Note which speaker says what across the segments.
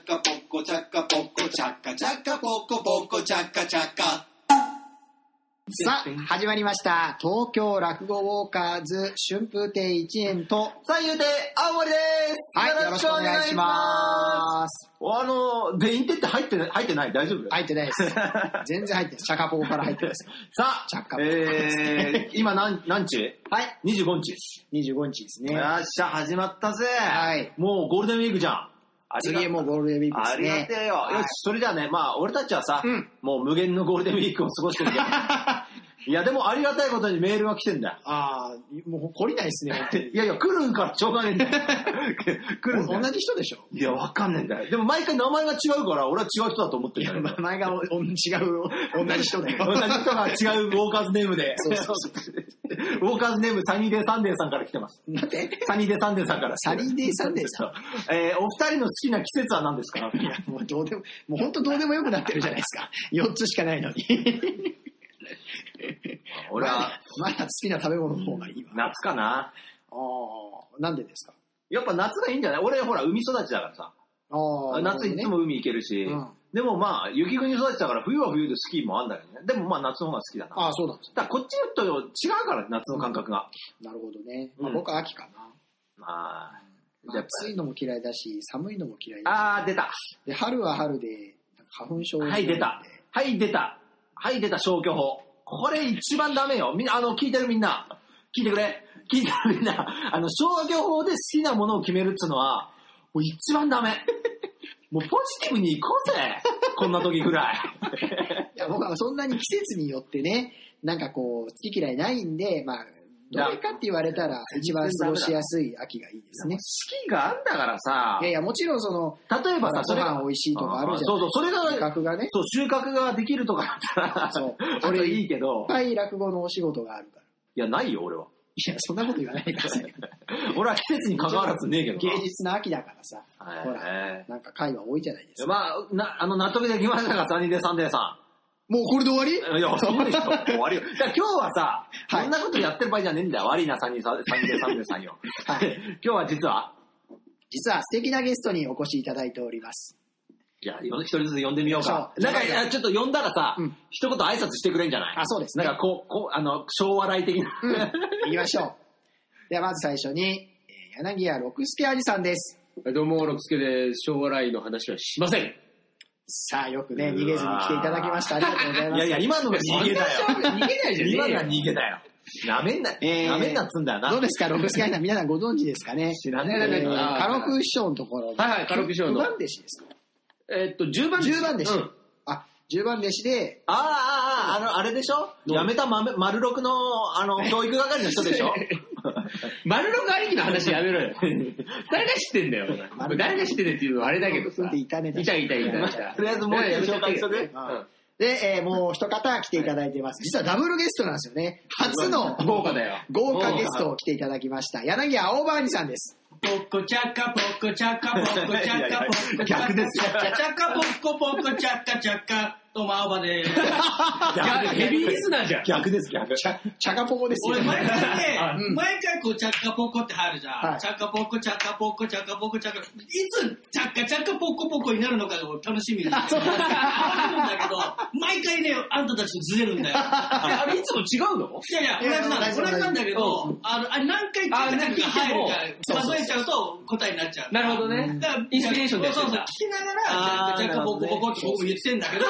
Speaker 1: チャカポコチャカチャカポコポコチャカチャカ
Speaker 2: さあ、始まりました。東京落語ウォーカーズ春風亭一円と、
Speaker 3: 三遊亭青森です。
Speaker 2: はい、よろしくお願いします。
Speaker 3: あの、電印って入ってない、入ってない大丈夫
Speaker 2: 入ってない です。全然入ってない。チャカポコから入ってます。
Speaker 3: さ
Speaker 2: 着
Speaker 3: あ
Speaker 2: 火、
Speaker 3: えー、今何、何日
Speaker 2: はい、
Speaker 3: ?25 日です。
Speaker 2: 25日ですね
Speaker 3: よ。っしゃ、始まったぜ。
Speaker 2: はい
Speaker 3: もうゴールデンウィークじゃん。ありが
Speaker 2: 次へもうゴールデンウィークです
Speaker 3: あり
Speaker 2: ね。
Speaker 3: がてえよ。
Speaker 2: はい
Speaker 3: よし、それじゃあね、まあ、俺たちはさ、
Speaker 2: うん
Speaker 3: もう無限のゴールデンウィークを過ごしてるけど。 いや、でもありがたいことにメールが来てんだよ。
Speaker 2: ああ、もう懲りないですね、本当に
Speaker 3: いやいや、来るんからしょうがねえんだよ。 来るんだよ
Speaker 2: 同じ人でしょ
Speaker 3: いや、わかんねえんだよ。でも毎回名前が違うから、俺は違う人だと思って
Speaker 2: い
Speaker 3: る
Speaker 2: や、
Speaker 3: んだ よ。
Speaker 2: 前がおお違う、同じ人だよ。
Speaker 3: 同じ人が違うウォーカーズネームで。
Speaker 2: そうそう
Speaker 3: ウォーカーズネームサニーデーサンデーさんから来てます。
Speaker 2: なんて
Speaker 3: サニーデーサンデーさんから。
Speaker 2: サニーデイサンデーさん。
Speaker 3: えーお二人の好きな季節は何ですか
Speaker 2: いや、もうどうでも、もう本当どうでもよくなってるじゃないですか。4つしかないのに。
Speaker 3: 俺は
Speaker 2: まだ好きな食べ物の方がいいわ。
Speaker 3: 夏かな。
Speaker 2: ああ、なんでですか
Speaker 3: やっぱ夏がいいんじゃない俺ほら海育ちだからさ。
Speaker 2: ああ、
Speaker 3: 夏いつも海行けるし。
Speaker 2: うん
Speaker 3: でもまあ雪国育ちだから冬は冬でスキーもあんだけどね。でもまあ夏の方が好きだな。
Speaker 2: ああ、そうなんです。
Speaker 3: だからこっちと違うから夏の感覚が。
Speaker 2: なるほどね。まあ、
Speaker 3: うん
Speaker 2: 僕は秋かな。
Speaker 3: まあじゃあやっぱ
Speaker 2: 暑いのも嫌いだし、寒いのも嫌いだし。
Speaker 3: あー出た。
Speaker 2: で、春は春で、なんか花粉症
Speaker 3: はい、出た。はい、出た。はい、出た、消去法。これ一番ダメよ。みんな、あの、聞いてるみんな。聞いてくれ。聞いてるみんな。あの、消去法で好きなものを決めるっつうのは、もう一番 ダメ。もうポジティブに行こうぜ。こんな時ぐら い。
Speaker 2: いや、僕はそんなに季節によってね、なんかこう、好き嫌いないんで、まあ、どれかって言われたら、一番過ごしやすい秋がいいですね。
Speaker 3: 四季があんだからさ
Speaker 2: いや、いや、もちろんその、
Speaker 3: 例えばさ、
Speaker 2: ご飯美味しいとかあるじゃん
Speaker 3: そうそう、それ
Speaker 2: 企
Speaker 3: が、
Speaker 2: 画がね、いっ
Speaker 3: そう、収穫ができるとかだったら、
Speaker 2: そう
Speaker 3: 俺いいけど、
Speaker 2: ぱい落語のお仕事があるから。
Speaker 3: いや、ないよ、俺は。
Speaker 2: いや、そんなこと言わないでください。
Speaker 3: 俺は季節 に関わらずねえけどな。
Speaker 2: 芸術の秋だからさ、
Speaker 3: はい
Speaker 2: ほら、なんか会話多いじゃないですか。
Speaker 3: まあ、な、あの、納得できましたか、サニーデーサンデーさ
Speaker 2: もうこれで終わり
Speaker 3: ん。いや、そうでしょ。終 わりよ。じゃあ今日はさ、
Speaker 2: はい
Speaker 3: こんなことやってる場合じゃねえんだよ。悪いな、サニーササニーデーサンデーさんよ。
Speaker 2: はい。
Speaker 3: 今日は実は、
Speaker 2: 実は素敵なゲストにお越しいただいております。
Speaker 3: じゃあ、よ一人ずつ呼んでみようか。
Speaker 2: そう
Speaker 3: なんか、いやちょっと呼んだらさ、
Speaker 2: うん
Speaker 3: 一言挨拶してくれんじゃない
Speaker 2: あ、そうです
Speaker 3: な
Speaker 2: ね
Speaker 3: ん。か、こう、こう、あの、昭和来的な。
Speaker 2: うん。 行きましょう。 では、まず最初に、えー柳家六助兄さんです。
Speaker 4: どうも、六助です。昭和ラインの話はしません。
Speaker 2: さあ、よくね、逃げずに来ていただきました。ありがとうございま
Speaker 3: い
Speaker 2: す。
Speaker 3: やいや、今のが逃げだよ。
Speaker 4: 逃げないじゃね
Speaker 3: 今の
Speaker 4: えよ
Speaker 3: が。逃げだよ。なめんな、
Speaker 2: えー
Speaker 3: なめんなっつうんだよな。
Speaker 2: どうですか、六助兄さん、皆さんご存知ですかね。
Speaker 3: 知らねえ
Speaker 2: え
Speaker 3: だけ
Speaker 2: ー
Speaker 3: どな。
Speaker 4: あー
Speaker 2: 家禄師匠のところ。
Speaker 4: はいはい家禄師匠の
Speaker 2: 九番弟子ですか。
Speaker 4: えっと、10番
Speaker 2: 10番弟子
Speaker 4: うん。
Speaker 2: あ、10番弟子で、
Speaker 3: ああ、ああ、あの、あれでしょ
Speaker 4: どう
Speaker 3: やめたまめ丸六の、あの、教育係の人でし ょ
Speaker 4: 丸六兄貴の話やめ ろよ。誰が知ってんだよ。お前誰が知ってんだよっていうのはあれだけどさ。
Speaker 2: でいたね
Speaker 4: いたいたいたいた。
Speaker 3: とりあえずもう一回紹介しと く
Speaker 4: うん
Speaker 2: で、えーもう一方来ていただいてます。実はダブルゲストなんですよね。初の
Speaker 4: 豪華だよ。
Speaker 2: 豪華ゲストを来ていただきました。柳家大葉兄さんです。
Speaker 5: ポコチャカポコチャカポコチャカポコチャカ
Speaker 3: 逆ですよ
Speaker 5: チャチャカポコポコチャカチャカどうも青葉でーす
Speaker 4: いやヘビーリスナーじゃん。
Speaker 3: 逆です、逆。
Speaker 2: チャ、チャカポコですよ
Speaker 5: 俺。毎回ね
Speaker 2: うん
Speaker 5: 毎回こうチャカポコって入るじゃ
Speaker 2: は
Speaker 5: ん
Speaker 2: い
Speaker 5: チャカポコチャカポコチャカポコチャカいつチャカチャカポコポコになるのかが俺楽しみで
Speaker 2: あそうなんだ
Speaker 5: あるんだけど毎回ねあんたたちとずれるんだよ
Speaker 4: ああれいつも違うの
Speaker 5: いやいや、同じなんだ、
Speaker 2: 同じ
Speaker 5: 同じなんだけ
Speaker 4: う
Speaker 5: ど、あの、あれ何回チャカチャカ入るか、数えちゃうと答えになっちゃう。
Speaker 4: なるほどね。
Speaker 5: だから
Speaker 4: インスピレーションでやって
Speaker 5: そ
Speaker 4: ん
Speaker 5: う
Speaker 4: だ
Speaker 5: そう、聞きながら、
Speaker 3: あー
Speaker 5: チャッカボコボコって僕言ってんだけど、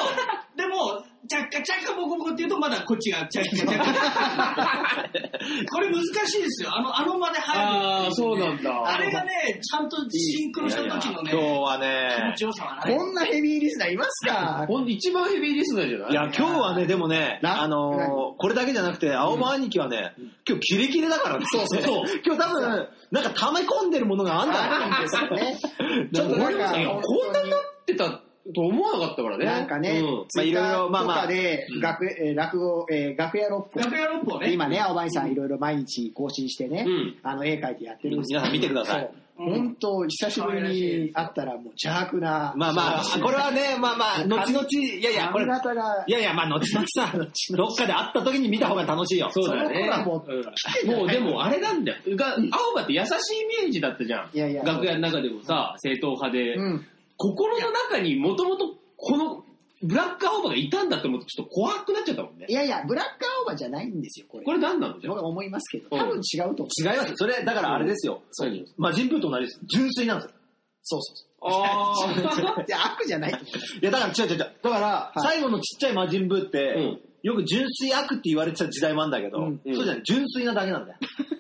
Speaker 5: でも、チャッカチャッカボコボコって言うとまだこっちがチャッカチャッカ。これ難しいですよ。あの、あの場で入るっていね
Speaker 4: あーそうなんだ
Speaker 5: あれがね、ちゃんとシンクロした時の
Speaker 3: 今
Speaker 5: ね、
Speaker 3: 日はね
Speaker 5: 気持ち、よさはね。
Speaker 2: こんなヘビーリスナーいますか
Speaker 4: ほんと一番ヘビーリスナーじゃない
Speaker 3: いや、今日はね、でもね、
Speaker 2: な
Speaker 3: あのー、これだけじゃなくて、青葉兄貴はね、今日キレキレだからね。そうそうそう。 今日多分、なんか溜め込んでるものがあんだ
Speaker 2: あるんですよね。ちょっとなん
Speaker 4: 俺も
Speaker 2: か
Speaker 4: さ、いや、こんなになってたと思わなかったからね。
Speaker 2: なんかね
Speaker 4: うん、
Speaker 2: ツイッタ
Speaker 3: まあいろい
Speaker 2: ー
Speaker 3: ろ
Speaker 2: と
Speaker 3: まあまあ
Speaker 2: かで、学、えー落語、えー楽屋六本。
Speaker 5: 楽屋六法ね。
Speaker 2: 今ね、青葉兄さんいろいろ毎日更新してね
Speaker 4: うん、
Speaker 2: あの、絵描いてやってるんですけ
Speaker 3: 皆
Speaker 2: ど
Speaker 3: さん見てください
Speaker 2: そう本当、久しぶりに会ったらもう邪悪な。
Speaker 3: まあまあ、これはね、まあまあ、後々、いやいや、これ
Speaker 2: 髪、型が
Speaker 3: い、やいや、まあ、後々さ、どっかで会った時に見た方が楽しいよ。
Speaker 4: そう
Speaker 2: そ
Speaker 4: だ
Speaker 2: の
Speaker 4: ね
Speaker 2: 頃はもう。
Speaker 4: うんもうでもあれなんだよ。が、青葉って優しいイメージだったじゃん。
Speaker 2: いやいや
Speaker 4: 楽屋の中でもさ、正統派で。
Speaker 2: うん
Speaker 4: 心の中にもともとこのブラックアオバがいたんだと思ってちょっと怖くなっちゃったもんね
Speaker 2: い。やいや、ブラックアオーバーじゃないんですよ、これ。
Speaker 4: これ何なのじゃ
Speaker 2: 僕
Speaker 4: あ
Speaker 2: は思いますけど、多分違うと思
Speaker 3: 違
Speaker 2: う。
Speaker 3: いますよ。それ、だからあれですよ。
Speaker 4: 何
Speaker 3: まあ、神風と同じです。純粋なんですよ。
Speaker 2: そうそうそ
Speaker 4: あー
Speaker 2: う。いや、 悪じゃないと思
Speaker 3: い
Speaker 2: う。
Speaker 3: や、だから違う違う違う。だから、
Speaker 2: い
Speaker 3: 最後のちっちゃい魔人ブーって、
Speaker 4: うん
Speaker 3: よく純粋悪って言われてた時代もあるんだけど、
Speaker 2: うん
Speaker 4: うん
Speaker 3: そうじゃない、純粋なだけなんだよ。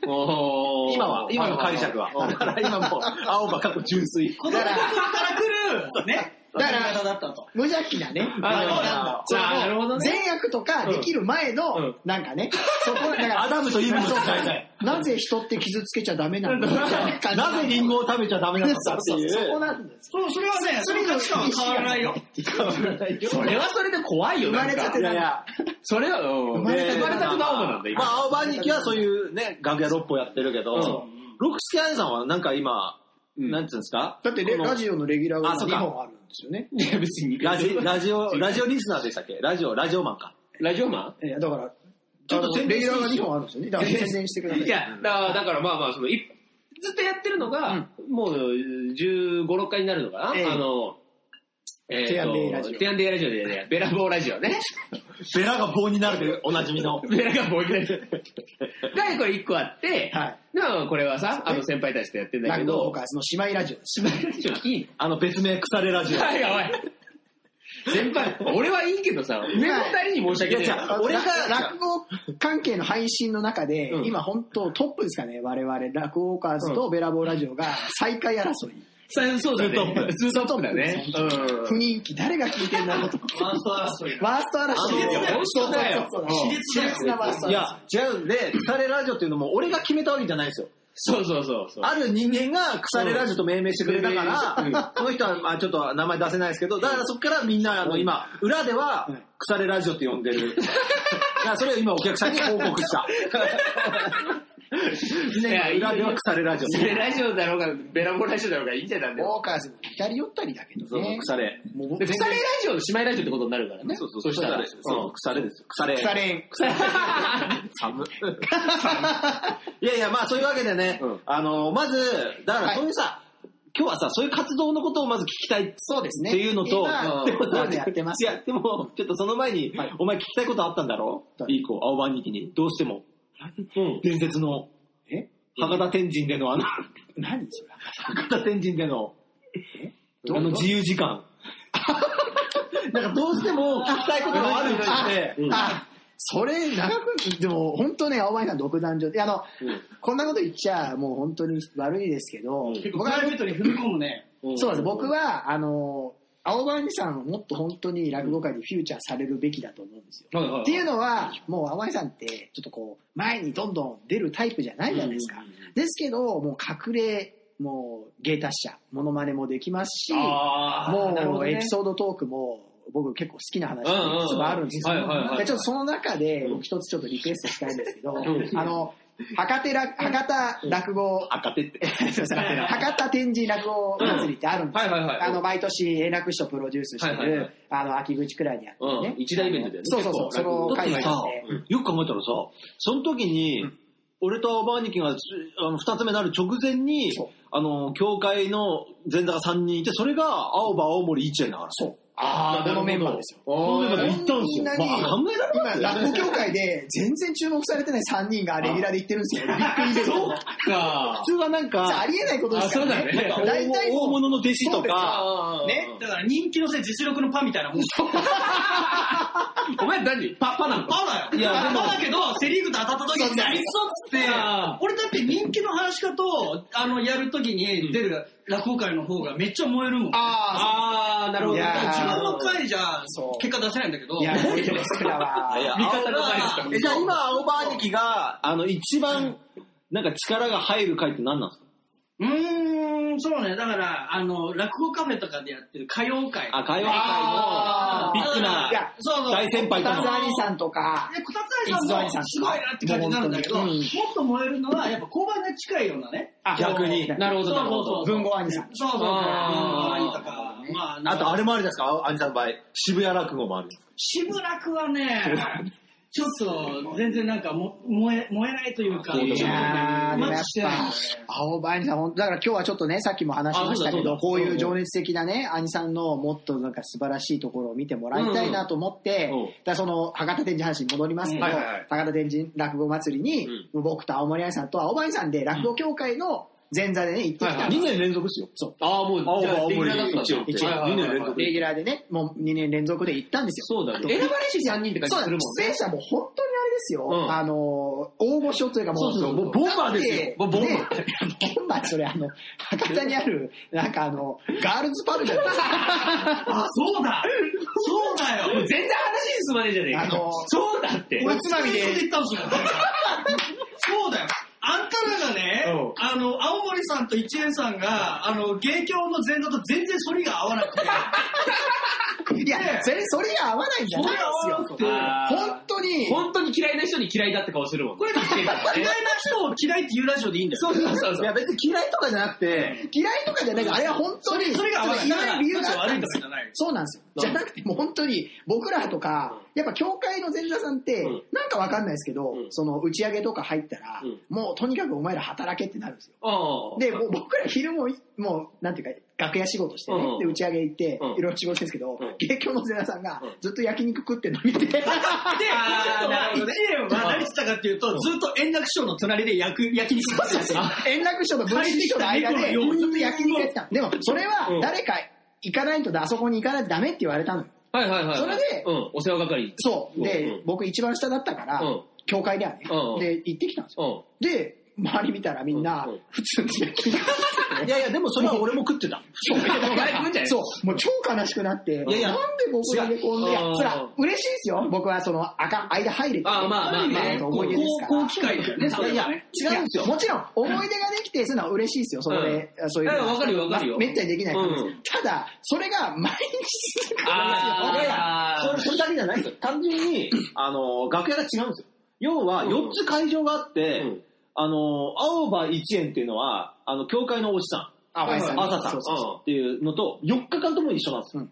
Speaker 4: おー
Speaker 3: 今は、今の解釈は。だから今もう、青葉過去純粋。
Speaker 5: 子供の頃から来る、ね、
Speaker 2: だから
Speaker 5: やり方だったと。
Speaker 2: 無邪気なね。
Speaker 4: あ
Speaker 3: そうなん
Speaker 4: だあなるほどね
Speaker 2: 善悪とかできる前
Speaker 4: うんう
Speaker 2: の
Speaker 4: ん、
Speaker 2: なんかね、そこ、だから
Speaker 3: ア、ダムとイブの使いたい。
Speaker 2: なぜ人って傷つけちゃダメなの
Speaker 3: なぜリンゴを食べちゃダメなのかっていう。
Speaker 2: そうそうそこなんです。
Speaker 5: そう、それはね、その価値観は変わらないよ。
Speaker 4: それはそれで怖いよ、
Speaker 2: 生ま
Speaker 4: なん
Speaker 2: れちゃっ
Speaker 4: か
Speaker 2: て。
Speaker 3: いやいや、
Speaker 4: それは、うん
Speaker 2: 生まれ
Speaker 4: で
Speaker 2: た
Speaker 4: 生まれたことアオバなんだ、
Speaker 3: ま
Speaker 4: 今。
Speaker 3: あ、青葉兄貴はそういうね、楽屋六本やってるけど、ロックスケアさんはなんか今、
Speaker 4: うん
Speaker 3: なんつうんですか
Speaker 2: だってレ
Speaker 3: この
Speaker 2: ラジオのレギュラーが
Speaker 3: あそう
Speaker 2: 2
Speaker 3: か
Speaker 2: 本あるんですよね。
Speaker 4: いや、別に。
Speaker 3: ラジ、ラジオ、ラジオリスナーでしたっけラジオ、ラジオマンか。
Speaker 4: ラジオマン
Speaker 2: えーだから、
Speaker 3: ちょっと
Speaker 2: あの
Speaker 3: 宣
Speaker 2: レ
Speaker 3: 伝
Speaker 2: ギ
Speaker 3: していいっす
Speaker 2: ュラーが2
Speaker 3: よ
Speaker 2: 本あるんですよね。だから宣伝してください。
Speaker 4: いや、だだからまあまあ、その、いずっとやってるのが、もう15、6回になるのかな、
Speaker 2: ええ
Speaker 4: あの、えーと
Speaker 2: テアンデイラジオ
Speaker 4: テアンデイラジオでね、ベラボーラジオね。
Speaker 3: ベラが棒になるでおなじみの。
Speaker 4: ベラがボーイラジオ。が、これ1個あって、
Speaker 2: はい
Speaker 4: なこれはさ、あの先輩たちとやってんだ
Speaker 2: ラ
Speaker 4: け
Speaker 2: グドー
Speaker 4: ど、
Speaker 2: カーズの姉妹ラジオです。
Speaker 4: ベラジオいい
Speaker 3: あの別名、腐れラジオ
Speaker 4: の。はい、おい。先輩、俺はいいけどさ、上の二人に申し訳ない
Speaker 3: いや違う
Speaker 4: な。
Speaker 3: 俺が
Speaker 2: ら落語関係の配信の中で、
Speaker 4: うん
Speaker 2: 今本当トップですかね、我々、落語カーズとベラボーラジオが最下位争い。
Speaker 4: さそうだね。ツートップだね。うん
Speaker 2: 不人気、誰が聞いてんだろうと。
Speaker 5: ワンスト争いが。
Speaker 2: ワースト争いですよ
Speaker 4: あの
Speaker 2: そうそうそうそう。
Speaker 4: 本
Speaker 5: 当だよ
Speaker 2: 熾烈なワースト争
Speaker 3: い
Speaker 2: い。
Speaker 3: や、違うんで、腐れラジオっていうのも俺が決めたわけじゃないんですよ。
Speaker 4: そうそうそうそう。
Speaker 3: ある人間が腐れラジオと命名してくれたから、
Speaker 4: うん
Speaker 3: この人は、まあ、ちょっと名前出せないですけど、だからそこからみんな、あの、今、裏では
Speaker 2: はい、
Speaker 3: 腐れラジオって呼んでる。だからそれを今お客さんに報告した。みんな今裏では腐れラジオ。
Speaker 4: それラジオだろうが、ベラボーラジオだろうがいいんじゃないんだよ。
Speaker 2: ウォーカーズも左寄ったりだけど
Speaker 3: そうそう
Speaker 2: ね。
Speaker 3: 腐れ。
Speaker 2: もう
Speaker 4: で、腐れラジオの姉妹ラジオってことになるからね。
Speaker 3: そうそう、
Speaker 4: そしたら。
Speaker 3: そう、腐れですよ。腐れ。
Speaker 2: 腐れん。
Speaker 3: 寒い。いやいや、まあそういうわけでね、
Speaker 4: うん
Speaker 3: あの、まず、だから
Speaker 2: はい
Speaker 3: そういうさ、今日はさ、そういう活動のことをまず聞きたいっ
Speaker 2: そうですね。
Speaker 3: ていうのと、
Speaker 2: 今
Speaker 3: でも
Speaker 2: こうい
Speaker 3: さ
Speaker 2: うのやってます。
Speaker 3: いや、でも、ちょっとその前に、
Speaker 2: はい
Speaker 3: お前聞きたいことあったんだろ
Speaker 2: はい
Speaker 3: いい子、青葉兄貴に。どうしても、
Speaker 4: うん。
Speaker 3: 伝説の、
Speaker 2: え
Speaker 3: 博多天神でのあの、
Speaker 2: 何それ
Speaker 3: 博多天神での、あの自由時 間。なんかどうしても聞きたいことがあるって言って、
Speaker 4: うん
Speaker 2: あ、それ長く、でも本当ね、青前さん独壇場で、あの、こんなこと言っちゃもう本当に悪いですけど、
Speaker 5: 結構
Speaker 2: 僕
Speaker 5: プライ
Speaker 2: は、
Speaker 5: ベートに踏み込むね。
Speaker 2: そうなんです、僕は、あの、青葉兄さんをもっと本当に落語界にフューチャーされるべきだと思うんですよ。
Speaker 4: はいはい
Speaker 2: っていうのは、もう青井さんって、ちょっとこう、前にどんどん出るタイプじゃないじゃないですか。ですけど、もう隠れ、もう芸達者、モノマネもできますし、
Speaker 4: あーなるほ
Speaker 2: も
Speaker 4: ど
Speaker 2: う
Speaker 4: ね
Speaker 2: エピソードトークも、僕結構好きな話
Speaker 4: うんうんうん
Speaker 2: がいくつもあるんです
Speaker 4: はいはいはい
Speaker 2: よ。でちょっとその中で、
Speaker 4: うん
Speaker 2: 僕一つちょっとリクエストしたいんですけど、
Speaker 4: ん
Speaker 2: あの、博多ら、博多落語、
Speaker 3: 赤手って。
Speaker 2: すいません博多天神落語祭りってあるんですよ。
Speaker 4: はいはいはい。
Speaker 2: あの、毎年、円楽師匠プロデュースして
Speaker 4: はいはいは
Speaker 2: る、あの、秋口くらいにやってるね
Speaker 4: う。ん一大イベントだよね
Speaker 2: そうそうそう、
Speaker 4: 結
Speaker 2: そ
Speaker 4: 構
Speaker 2: の
Speaker 3: だっ
Speaker 2: 会
Speaker 3: て
Speaker 2: が
Speaker 3: さ
Speaker 2: あって。、
Speaker 3: よく考えたらさ、その時に、俺とバーニキがつあの二つ目になる直前に
Speaker 2: そう、
Speaker 3: あの、教会の前座が3人いて、それが青葉、青森、一円だから。
Speaker 2: そう。
Speaker 4: あー
Speaker 2: このメンバーですよ。
Speaker 3: このメンバーで
Speaker 4: あ
Speaker 3: 行ったんですよ。
Speaker 2: こんなに
Speaker 3: まあ、考えられ
Speaker 2: 今、
Speaker 3: ますよ。
Speaker 2: 落語協会で全然注目されてない3人がレギュラーで行ってるんですよ。びっくりですよ。
Speaker 4: ーか
Speaker 3: 普通はなん
Speaker 2: じゃああ
Speaker 3: か、
Speaker 2: りえないことですからね。
Speaker 4: あそうだね
Speaker 2: 大体
Speaker 3: 大
Speaker 2: もう
Speaker 3: 物の弟子とか、
Speaker 4: あー
Speaker 5: ね。だから人気のせい、実力のパみたいなもん。
Speaker 4: お前何パッパなの
Speaker 5: パだよ。
Speaker 3: いやでも
Speaker 5: パだけど、セリーグと当たった時になりそうっつって
Speaker 4: あ、
Speaker 5: 俺だって人気の話し方を、あの、やる時に出る落語界の方がめっちゃ燃えるもん。
Speaker 2: あ
Speaker 4: あー、なるほど
Speaker 2: い
Speaker 4: ね。
Speaker 2: やー
Speaker 5: 自分の回じゃ
Speaker 2: そう、
Speaker 5: 結果出せないんだけど
Speaker 2: あ。い、や、こういうの好きだわ。
Speaker 3: いや
Speaker 4: 味方の回
Speaker 5: あ
Speaker 4: で
Speaker 3: え
Speaker 4: す
Speaker 3: じ
Speaker 4: か
Speaker 3: ゃあ今、青葉兄貴が、あの、一番、なんか力が入る回って何なんですか
Speaker 5: うーん、そうね。だから、あの、落語カフェとかでやってる歌謡会。
Speaker 3: あ、会
Speaker 2: あ
Speaker 3: 話会の
Speaker 2: ー
Speaker 3: ビッグない
Speaker 2: や、
Speaker 5: そうそう。
Speaker 3: 大先輩
Speaker 2: こ
Speaker 3: と
Speaker 2: たつ
Speaker 3: の。
Speaker 2: ありさんとか、
Speaker 5: で、こたつありさんもすごいなって感じになるんだけど、
Speaker 2: もう
Speaker 5: も
Speaker 2: 本当に
Speaker 5: っと燃えるのは、やっぱ交番が近いようなね。
Speaker 2: あ
Speaker 3: 逆に
Speaker 4: なるほど、なるほ
Speaker 5: そうそう
Speaker 4: ど。
Speaker 2: 文豪兄さん。
Speaker 5: そうそうそう。
Speaker 4: あー
Speaker 5: 文豪とか、まあ、
Speaker 3: あと、あ
Speaker 5: れ
Speaker 3: れもあるじゃないですか、あアニさんの場合。渋谷落語もある。
Speaker 5: 渋楽はね、ちょっと、全然なんかも、燃え、燃えないというか、
Speaker 3: そうだね
Speaker 5: ちょっと
Speaker 2: やーで
Speaker 5: マ
Speaker 2: も
Speaker 5: ッ
Speaker 2: やっ
Speaker 5: チしてない
Speaker 2: ぱ。、青葉アニさん、ほんだから今日はちょっとね、さっきも話しましたけ
Speaker 3: あそうだそう
Speaker 2: ど、
Speaker 3: だ
Speaker 2: こういう情熱的なね、アニさんのもっとなんか素晴らしいところを見てもらいたいなと思って、
Speaker 3: うんうん
Speaker 2: だからその、博多天神阪神に戻りますけど、
Speaker 3: うんはいはいはい
Speaker 2: 博多天神落語祭りに、僕と青森アニさんと青葉アニさんで落語協会の前座でね、行ってきたんです
Speaker 3: 2年連続ですよ。そう。
Speaker 4: ああ、もう、じゃあ、
Speaker 3: 青
Speaker 4: レギュ
Speaker 3: 森
Speaker 4: ラー出すわ
Speaker 3: 一応
Speaker 4: じゃあ
Speaker 3: 一応
Speaker 4: はいはいは
Speaker 3: 二
Speaker 4: い
Speaker 3: 年連続
Speaker 2: レギュラーでね、もう2年連続で行ったんですよ。
Speaker 3: そうだね。
Speaker 4: 選ばれし3人って感
Speaker 2: そうなん
Speaker 4: じする
Speaker 2: で
Speaker 4: も
Speaker 2: す出演者も本当にあれですよ、
Speaker 4: うん
Speaker 2: あの、大御所というかもう、
Speaker 3: そうそうもうボンバーですよ
Speaker 2: ね
Speaker 3: もうボンバー
Speaker 2: ボンバーそれあの、博多にある、なんかあの、ガールズパブじゃないですか。
Speaker 5: あ、そうだそうだ
Speaker 4: ん
Speaker 5: よ
Speaker 4: ね。全然話に進まねえじゃねえか。
Speaker 2: あの
Speaker 4: そうだって。
Speaker 2: おつまみで
Speaker 5: 俺行ったんすよ。そうだよ。あんたらがね、あの、青森さんと一円さんが、あの、芸協の前座と全然反りが合わなくて、
Speaker 2: いや、それ、それが合わないんじゃないですよ。
Speaker 4: あー
Speaker 2: 本当に、
Speaker 4: 本当に嫌いな人に嫌いだって顔するもん。
Speaker 5: これだって嫌いな人を嫌いって言うラジオでいいんだよ。
Speaker 4: そうそうそう
Speaker 3: い
Speaker 4: そう
Speaker 3: や、。別に嫌いとかじゃなくて、
Speaker 2: 嫌いとかじゃないから、あれは本当に、
Speaker 5: それが合わない
Speaker 2: 言え理由があったんですよ
Speaker 5: だから悪いとかじゃない
Speaker 2: そうなんですよ。じゃなくて、もう本当に、僕らとか、やっぱ教会の前座さんって、
Speaker 4: うん
Speaker 2: なんかわかんないですけど、
Speaker 4: うん
Speaker 2: その打ち上げとか入ったら、
Speaker 4: うん
Speaker 2: もうとにかくお前ら働けってなるんですよ。
Speaker 4: ああ
Speaker 2: で、もう僕ら昼も、もう、なんていうか、楽屋仕事してね、
Speaker 4: うん
Speaker 2: で、打ち上げ行って、
Speaker 4: うん
Speaker 2: いろいろ仕事してるんですけど
Speaker 4: うん、
Speaker 2: 芸協の前座さんが
Speaker 4: うん、
Speaker 2: ずっと焼肉食ってんの見 て、
Speaker 5: で、
Speaker 4: あーなる
Speaker 5: こ
Speaker 4: ほど
Speaker 5: の
Speaker 4: ね
Speaker 5: 人は1円は何してたかっていうと、ずっと円楽師匠の隣で焼く、焼き肉してたんですよ。
Speaker 2: 円楽師匠と文枝師匠の間で、ず
Speaker 5: 帰ってきた猫のように
Speaker 2: っと焼肉やってたの。でも、それ
Speaker 4: う
Speaker 2: は
Speaker 4: ん、
Speaker 2: 誰か行かないとだ、あそこに行かないとダメって言われたのよ。
Speaker 4: はいはいはい。
Speaker 2: それで
Speaker 4: うん、お世話係。
Speaker 2: そう。
Speaker 4: うん
Speaker 2: で
Speaker 4: うん、
Speaker 2: 僕一番下だったから
Speaker 4: うん、
Speaker 2: 教会ではね
Speaker 4: うん。
Speaker 2: で、行ってきたんですよ。
Speaker 4: うん。
Speaker 2: で、周り見たらみんな
Speaker 4: うんうん、
Speaker 2: 普通に焼肉食って
Speaker 3: いやいや、でもそれは俺も食ってた。
Speaker 2: てそう、もう超悲しくなって、
Speaker 3: いやいや
Speaker 2: なんで僕だけこんな、いや
Speaker 4: 違う、
Speaker 2: そら、嬉しいですよ。僕はその、あかん、間入れて、
Speaker 4: あーまあまあまあ
Speaker 2: 入れて思い出ですから。
Speaker 5: 高校機会だよね、それ
Speaker 3: いや
Speaker 5: はいね。
Speaker 3: や、違うんですよ。
Speaker 2: もちろん、思い出ができて、そういうのは嬉しいですよ、そこで。そういうの
Speaker 4: うんわかるよわかるよ
Speaker 2: まあめったにできないからですよ
Speaker 4: う
Speaker 2: ただ、それが毎日続く
Speaker 4: あー
Speaker 3: いやいやそれ、それだけじゃないですよ。単純に、あの、楽屋が違うんですよ。要は、
Speaker 4: うん
Speaker 3: 4つ会場があって、
Speaker 4: うん
Speaker 3: あの、青葉一円っていうのは、あの、教会のおじさん、
Speaker 2: あ、おやじさんね。
Speaker 3: 朝さん
Speaker 2: そうそうそう
Speaker 3: っていうのと、4日間とも一緒なんですよ。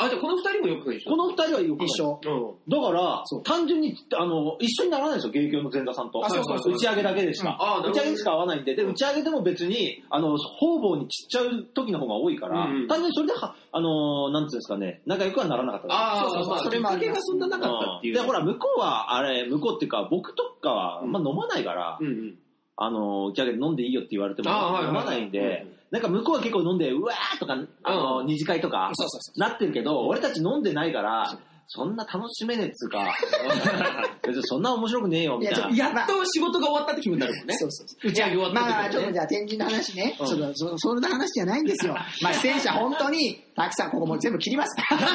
Speaker 4: あ、じゃあこの二人もよくでしょ
Speaker 3: この二人はよく
Speaker 2: 一緒。
Speaker 4: うん。
Speaker 3: だから
Speaker 2: そう、
Speaker 3: 単純に、あの、一緒にならないですよ、芸協の前座さんと。
Speaker 2: あそうそうそう
Speaker 3: 打ち上げだけでしか。
Speaker 4: あーなるほど
Speaker 3: 打ち上げしか合わないんで、で、打ち上げでも別に、あの、方々に散っちゃう時の方が多いから、
Speaker 4: うんうん
Speaker 3: 単純にそれでは、あの、なんていうんですかね、仲良くはならなかったです。
Speaker 4: あ
Speaker 2: そうそう
Speaker 4: あ、
Speaker 2: そう
Speaker 4: まあ、
Speaker 2: それもあ
Speaker 4: 関
Speaker 2: り
Speaker 4: 係
Speaker 2: ま
Speaker 4: が
Speaker 2: す
Speaker 4: そんななかったっていう。
Speaker 3: で、ほら、向こうは、あれ、向こうっていうか、僕とかは、まあ飲まないから、
Speaker 4: うんうん。
Speaker 3: あの、打ち上げで飲んでいいよって言われても、
Speaker 4: あはいはい
Speaker 3: 飲まないんで、
Speaker 4: うん
Speaker 3: なんか向こうは結構飲んで、うわーとか、あの、二次会とか、
Speaker 2: そうそうそ
Speaker 3: なってるけど、俺たち飲んでないから、そんな楽しめねえっつうか、別にそんな面白くねえよ、
Speaker 2: う。
Speaker 3: み
Speaker 2: いや、
Speaker 3: たい
Speaker 2: ちょっ
Speaker 3: な
Speaker 2: と、。やっ
Speaker 4: やっと仕事が終わったって気分になるもんね。
Speaker 2: そうそうそう。
Speaker 4: 打ち上げ終わった
Speaker 2: まあ、
Speaker 4: って
Speaker 2: ちょっとじゃあ、天神の話ね。ちょっと、そ、そんな話じゃないん ですよ。まあ、出演者本当に、たくさん、ここもう全部切ります。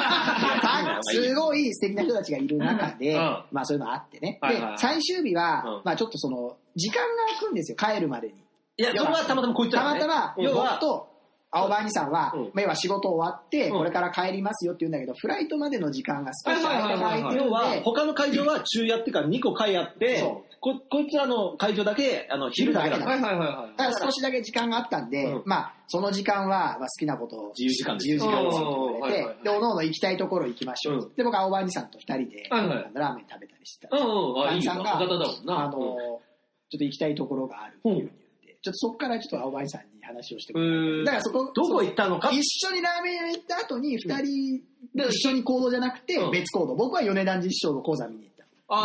Speaker 2: たすごい素敵な人たちがいる中で、
Speaker 4: うん
Speaker 2: まあ、そういうのあってね。
Speaker 4: はいはいはい
Speaker 2: で、最終日は、
Speaker 4: うん
Speaker 2: まあ、ちょっとその、時間が空くんですよ、帰るまでに。
Speaker 3: いや、それはたまたまこいつ
Speaker 2: た
Speaker 3: ら、
Speaker 2: ま
Speaker 3: ね。
Speaker 2: たま、
Speaker 4: 要は
Speaker 2: 僕と、青葉兄さんは
Speaker 4: うん、
Speaker 2: まあ要は仕事終わって、
Speaker 4: うん
Speaker 2: これから帰りますよって言うんだけど、フライトまでの時間が少し
Speaker 4: はいはいはい
Speaker 2: 空い
Speaker 4: は
Speaker 2: て
Speaker 4: い
Speaker 2: る
Speaker 3: 要
Speaker 2: ん
Speaker 3: は、
Speaker 2: で、
Speaker 3: 他の会場は昼夜っていうか、2個会やって
Speaker 2: そ、
Speaker 3: こ、こいつらの会場だけ、あの、昼だけだ
Speaker 2: 昼だけだ
Speaker 4: はいはいはいはい。
Speaker 2: だから少しだけ時間があったんで、
Speaker 4: うん
Speaker 2: まあ、その時間は、まあ、好きなことを
Speaker 3: 自由時間です
Speaker 2: 自由時間ですって言われて、
Speaker 4: うんはいはいはい
Speaker 2: で、おのおの行きたいところ行きましょう、
Speaker 4: う
Speaker 2: で、僕は青葉兄さんと二人で、
Speaker 4: はいはい
Speaker 2: ラーメン食べたりしてた。
Speaker 4: うんうん。あ、いいよ。
Speaker 2: さん
Speaker 4: 博
Speaker 2: が
Speaker 4: 多だもんな。
Speaker 2: あのー、ちょっと行きたいところがあるっていうふうに言って、ちょっとそこからちょっと青葉兄さんに話をしてもらって
Speaker 4: へー
Speaker 2: だからそこ、
Speaker 3: どこ行ったのか
Speaker 2: 一緒にラーメン屋行った後に、二人で一緒に行動じゃなくて
Speaker 4: う、ん
Speaker 2: 別行動。僕は米団寺師匠の講座見に行った。で、
Speaker 4: あ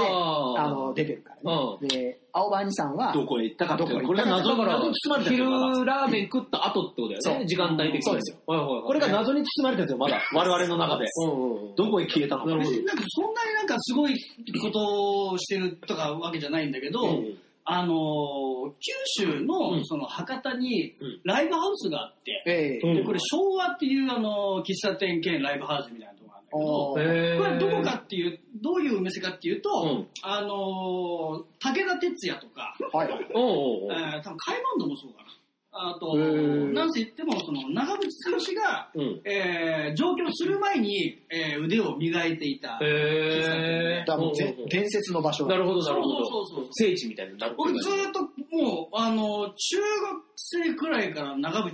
Speaker 4: ー
Speaker 2: あの、出てるからね。で、青葉兄さんは、
Speaker 3: どこへ行ったかっていうのは
Speaker 2: どこ
Speaker 3: こ
Speaker 2: へ
Speaker 3: れ
Speaker 2: 行っ
Speaker 3: が
Speaker 2: たか
Speaker 3: 謎
Speaker 4: だから
Speaker 3: 謎に包まれてるんですよまだ
Speaker 4: 昼ラーメン食った後ってことだよ
Speaker 2: そう
Speaker 4: ね。時間帯的に。
Speaker 2: そうですよ。
Speaker 4: はいはいはい。
Speaker 3: これが謎に包まれてるんですよ、まだ。我々の中で。
Speaker 4: うんうんうん。
Speaker 3: どこへ消えたのか。
Speaker 4: なるほど
Speaker 5: なんかそんなになんかすごいことをしてるとかわけじゃないんだけど、あのー九州のその博多に
Speaker 4: うん
Speaker 5: ライブハウスがあって、
Speaker 2: ええ
Speaker 4: うん
Speaker 5: でこれ昭和っていうあのー喫茶店兼ライブハウスみたいなところなんだけ
Speaker 2: おー
Speaker 5: ど、
Speaker 4: へー
Speaker 5: これどこかっていう、どういうお店かっていうと、
Speaker 4: うん
Speaker 5: あのー武田鉄矢とか、
Speaker 2: はいはい。
Speaker 4: おうおうおう
Speaker 5: えー、多分カイマンドもそうかな。あと、
Speaker 2: へー
Speaker 5: なんせ言っても、その、長渕剛が、
Speaker 4: うん。
Speaker 5: えー上京する前に、えー腕を磨いていた。
Speaker 4: へ
Speaker 2: だからもうぜ伝説の場所。
Speaker 4: なるほど、なるほど。
Speaker 5: そうそうそうそう
Speaker 4: 聖地みたいになってる
Speaker 5: 俺ずーっともあの、中学生くらいから長渕剛好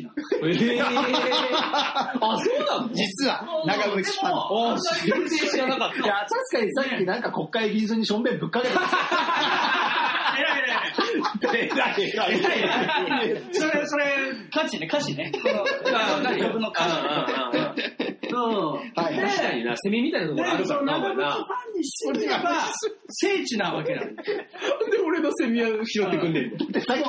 Speaker 5: なんですよ。
Speaker 4: えー、あ、そうなの
Speaker 2: 実は、長渕ファン
Speaker 5: で
Speaker 2: の。
Speaker 5: も
Speaker 4: あー全然知らなかった
Speaker 3: いや、確かにさっきなんか国会議事にしょんべんぶっかけた。
Speaker 5: 偉い偉い偉い。 それ、それ、歌詞ね、歌詞ね。 曲の歌詞。
Speaker 2: はい
Speaker 4: 確かにな、セミみたいなところあ
Speaker 5: で、
Speaker 4: るか
Speaker 5: そ
Speaker 4: ら
Speaker 5: の
Speaker 4: な、お
Speaker 5: 長
Speaker 4: 前
Speaker 5: 渕フ
Speaker 4: な。
Speaker 5: ァンにしてみれば、聖地なわけなんだよ。
Speaker 4: なん で俺のセミは拾ってくんねんの
Speaker 3: でさっき、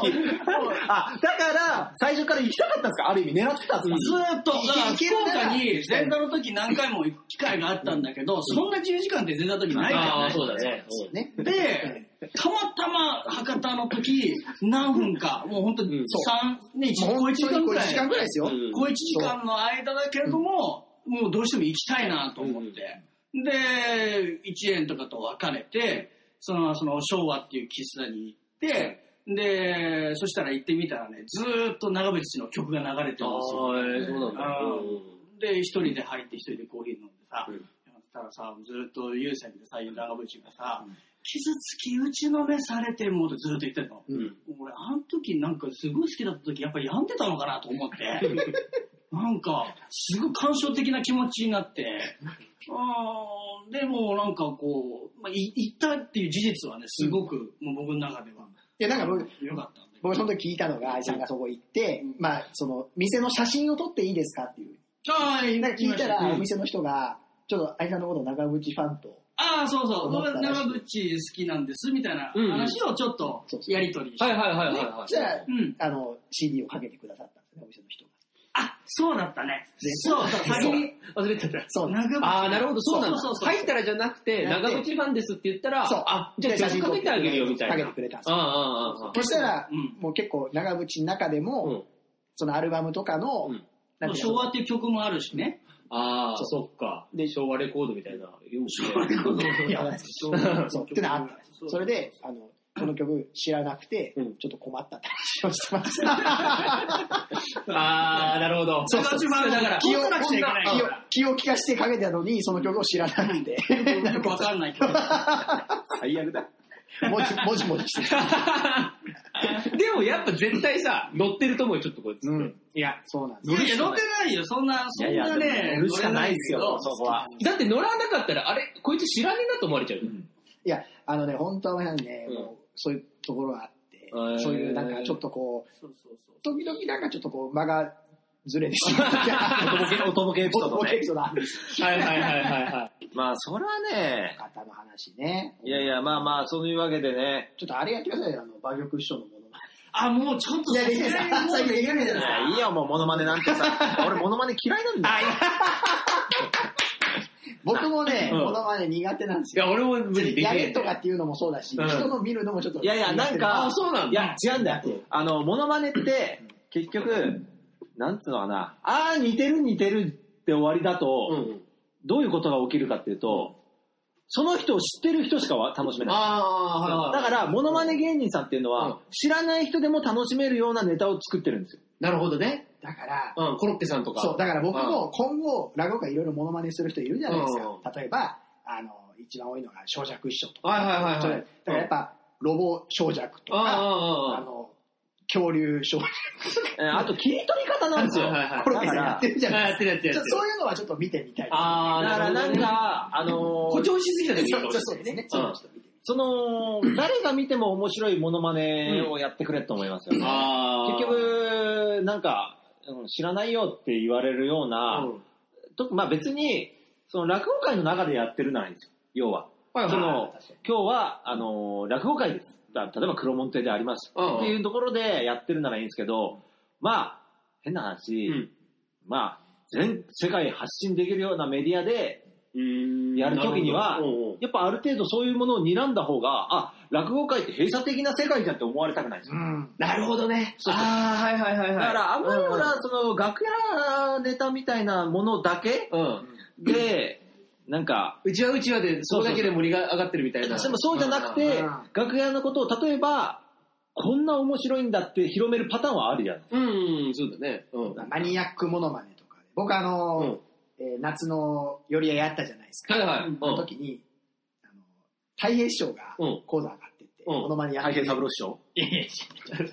Speaker 3: あ、だから、最初から行きたかったんですかある意味狙ってたんですか、
Speaker 5: ずーっと、だから
Speaker 2: いけ
Speaker 5: 福
Speaker 2: るなら
Speaker 5: 岡に前座の時何回も行く機会があったんだけど、そんな自由時間って前座の時ないから
Speaker 4: ああ、
Speaker 5: ね。
Speaker 4: そうだね。
Speaker 2: ね。
Speaker 5: で、たまたま博多の時、何分か、もう本当
Speaker 4: う
Speaker 5: に
Speaker 4: ん
Speaker 5: 三ね、一
Speaker 2: もう
Speaker 5: 小
Speaker 2: 本
Speaker 5: 一時
Speaker 2: 当
Speaker 5: 間
Speaker 2: に
Speaker 5: ぐ
Speaker 2: これ
Speaker 5: ら
Speaker 2: 1
Speaker 5: い
Speaker 2: 時。間ぐらいですよ。
Speaker 4: うん
Speaker 5: 小一時間の間だけれども、もうどうしても行きたいなと思って。で、一円とかと別れて、その、その、昭和っていう喫茶に行って、で、そしたら行ってみたらね、ずーっと長渕の曲が流れてるんですよ。
Speaker 4: あー、そうなんだ。
Speaker 5: で、一人で入って一人でコーヒー飲んでさ、
Speaker 4: うん
Speaker 5: やったらさ、ずっと優先でさ、長渕がさ、傷つき打ちのめされてもってずっと言ってんの。
Speaker 4: うん
Speaker 5: 俺、あの時なんかすごい好きだった時、やっぱ病んでたのかなと思って、 なんか、すごい感傷的な気持ちになって、あーでもなんかこう、まあ、い行ったっていう事実はね、すごく、もう僕の中では、
Speaker 2: で、なんか僕、
Speaker 5: 良かったんだけど。
Speaker 2: 僕その時聞いたのが、愛さんがそこ行って、まあ、その、店の写真を撮っていいですかっていう。
Speaker 5: あー
Speaker 2: なんか聞いた
Speaker 5: う
Speaker 2: ら、
Speaker 5: ん
Speaker 2: お店の人が、ちょっと愛さんのことを長渕ファンと、
Speaker 5: ああ、そうそう、
Speaker 2: 思っ
Speaker 5: 僕
Speaker 2: た
Speaker 5: は
Speaker 2: らしい
Speaker 5: 長渕好きなんです、みたいな
Speaker 4: うんうん
Speaker 5: 話をちょっと
Speaker 2: そうそう
Speaker 5: やりとりして。
Speaker 4: はいはいはいはいはい。
Speaker 2: じゃあ
Speaker 5: う、ん。
Speaker 2: あの、CD をかけてくださったんですね、お店の人が。
Speaker 5: あ、そうだったね。そうそう、先に。
Speaker 4: 忘れてた。
Speaker 2: そう
Speaker 5: 長渕
Speaker 4: ああ、なるほど、そうなんだ。
Speaker 5: そうそうそう
Speaker 4: 入ったらじゃなくて、
Speaker 2: やって
Speaker 4: 長渕ファンですって言ったら、
Speaker 2: そう
Speaker 4: あ、じゃあ
Speaker 2: で
Speaker 4: 写真かけてあげるよ、みたいな。
Speaker 2: かけてくれたんです
Speaker 4: あ
Speaker 2: よ
Speaker 4: あ、ああ、ああ。
Speaker 2: そしたら、
Speaker 5: うん
Speaker 2: もう結構長渕の中でも、
Speaker 4: うん
Speaker 2: そのアルバムとかの、
Speaker 4: うん
Speaker 2: なんていう
Speaker 5: 昭
Speaker 2: の
Speaker 5: 和っていう曲もあるしね。
Speaker 4: ああ、
Speaker 2: そ
Speaker 4: そっか。で、昭和レコードみたいな。昭
Speaker 5: 和レコード
Speaker 2: いやばいです
Speaker 5: 昭和の
Speaker 2: そうってのあったんです
Speaker 5: そう
Speaker 2: それであのこの曲知らなくて、
Speaker 4: うん
Speaker 2: ちょっと困ったって話をしてました。
Speaker 4: ああ、なるほど。
Speaker 5: そうそうそうだから、
Speaker 2: 気を
Speaker 5: こんなくちゃいけない
Speaker 2: 気を
Speaker 5: か
Speaker 2: 気を利かしてかけてたのに、その曲を知らなくて、
Speaker 5: ら。よくわかんないけど。
Speaker 3: 最悪だ。
Speaker 2: もじもじもじしてた。
Speaker 4: でもやっぱ絶対さ、乗ってると思うよ、ちょっとこう
Speaker 2: う
Speaker 4: やっ
Speaker 2: ん
Speaker 4: て。いや、
Speaker 2: そうなんです。
Speaker 5: いやいや、乗ってないよ。そんな、そんなね、乗れないですよ。
Speaker 3: そこは。
Speaker 4: だって乗らなかったら、あれ、こいつ知らねえなと思われちゃうよ。
Speaker 2: いや、あのね、本当はね、
Speaker 4: うん
Speaker 2: もうそういうところがあって、
Speaker 4: ー
Speaker 2: そういうなんかちょっとこう、
Speaker 5: そうそうそう。
Speaker 2: 時々なんかちょっとこう間がずれてしまう。
Speaker 3: おとぼけ、おとぼけ エピソード
Speaker 2: オ
Speaker 3: ね
Speaker 2: ケ。ーだ。
Speaker 4: はいはいはいはいは
Speaker 3: まあ、それはね、
Speaker 2: 方の話ね。
Speaker 3: いやいや、まあまあ、そういうわけでね。
Speaker 2: ちょっとあれやってくださいよ、あの、馬玉師匠のものまね
Speaker 5: あ、もうちょっと、
Speaker 2: いやできない
Speaker 5: もうできないじ
Speaker 3: い
Speaker 5: ゃない
Speaker 3: や、いいよ、もうモノマネなんてさ。 俺、モノマネ嫌いなんだよ。
Speaker 2: 僕もね、
Speaker 4: うん
Speaker 2: ものまね苦手なんです
Speaker 4: い。いや、
Speaker 2: よ。
Speaker 4: 俺も無理でき
Speaker 2: や
Speaker 4: ない。
Speaker 2: れとかっていうのもそうだし、
Speaker 4: うん
Speaker 2: 人の見るのもちょっと。
Speaker 3: いやいや、なんか、
Speaker 4: あそうなんだ
Speaker 3: いや、違うんだよ。あの、モノマネって、結局、なんつうのかな、あー、似てる似てるって終わりだと、
Speaker 4: うんうん。
Speaker 3: どういうことが起きるかっていうと、その人を知ってる人しかわ楽しめない。
Speaker 4: ああー、はいはい。
Speaker 3: だから、モノマネ芸人さんっていうのは、
Speaker 4: うん
Speaker 3: 知らない人でも楽しめるようなネタを作ってるんですよ。
Speaker 4: なるほどね。
Speaker 2: だから、
Speaker 4: うん、コロッケさんとか。
Speaker 2: そう、だから僕
Speaker 4: うん
Speaker 2: も今後、落語家いろいろものまねする人いるじゃないですか。
Speaker 4: う
Speaker 2: 例えば、あの、一番多いのが、小尺師匠とか。
Speaker 4: はいはいはい
Speaker 2: そ
Speaker 4: は
Speaker 2: れ
Speaker 4: い。
Speaker 2: だからやっぱ、ロボ小尺と
Speaker 4: ああ、
Speaker 2: か、
Speaker 4: ああ、
Speaker 2: あ
Speaker 4: ああ。
Speaker 2: の、恐竜小尺
Speaker 3: えーあと、切り取り方なんですよ。
Speaker 4: はいはい
Speaker 3: だ
Speaker 4: はい
Speaker 2: コロッ
Speaker 3: か
Speaker 2: ケさんや
Speaker 3: ら
Speaker 2: っ、てるじゃない
Speaker 4: やってるやって
Speaker 2: で
Speaker 4: る
Speaker 2: す
Speaker 4: や
Speaker 2: か。
Speaker 4: ってる。
Speaker 2: そういうのはちょっと見てみたい。
Speaker 4: ああ、
Speaker 3: だから
Speaker 4: な
Speaker 3: な
Speaker 4: る
Speaker 3: ん
Speaker 4: ほどね。
Speaker 3: か、あのー
Speaker 4: 誇張しすぎたで
Speaker 2: そう
Speaker 4: もいい
Speaker 2: そうですね。
Speaker 4: う
Speaker 2: そう
Speaker 4: ん
Speaker 2: いうのちょっと見てみたい。
Speaker 3: その、誰が見ても面白いモノマネをやってくれと思いますよね。
Speaker 4: ああ。
Speaker 3: 結、局、なんか、うん知らないよって言われるよう
Speaker 4: うん
Speaker 3: な、とまあ別に、その落語界の中でやってるならいいんですよ、要は。
Speaker 4: はいはい
Speaker 3: その、今日は、あの、落語界です。だ例えば黒門亭であります。
Speaker 4: うんうん
Speaker 3: っていうところでやってるならいいんですけど、まあ、変な話、
Speaker 4: うん
Speaker 3: まあ、全世界発信できるようなメディアで、やるときには
Speaker 4: なるほどうんうん、
Speaker 3: やっぱある程度そういうものを睨んだ方が、あ、落語界って閉鎖的な世界じゃんって思われたくないんですよ
Speaker 2: うん。
Speaker 4: なるほどね。ああ、はいはいはいはい。
Speaker 3: だから、あまりほら、その、楽屋ネタみたいなものだけ
Speaker 4: うん。
Speaker 3: で、なんか、
Speaker 4: うちはうちはで、それだけで盛りが上がってるみたい
Speaker 3: で
Speaker 4: な。
Speaker 3: もそうじゃなくて
Speaker 2: うん、
Speaker 3: 楽屋のことを、例えば、こんな面白いんだって広めるパターンはあるじゃん。
Speaker 4: うん、うん、そうだね。うん。はい
Speaker 2: マニアックモノマネとかで。僕あの、えー夏の寄り合いやったじゃないですか。
Speaker 4: はい。うん
Speaker 2: その時に、あの、太平師匠が
Speaker 4: うん
Speaker 2: 講座上がってて、
Speaker 3: うん
Speaker 2: モノマネや
Speaker 3: 太
Speaker 2: って
Speaker 3: 平
Speaker 2: る
Speaker 3: 三郎師匠
Speaker 5: いやいや、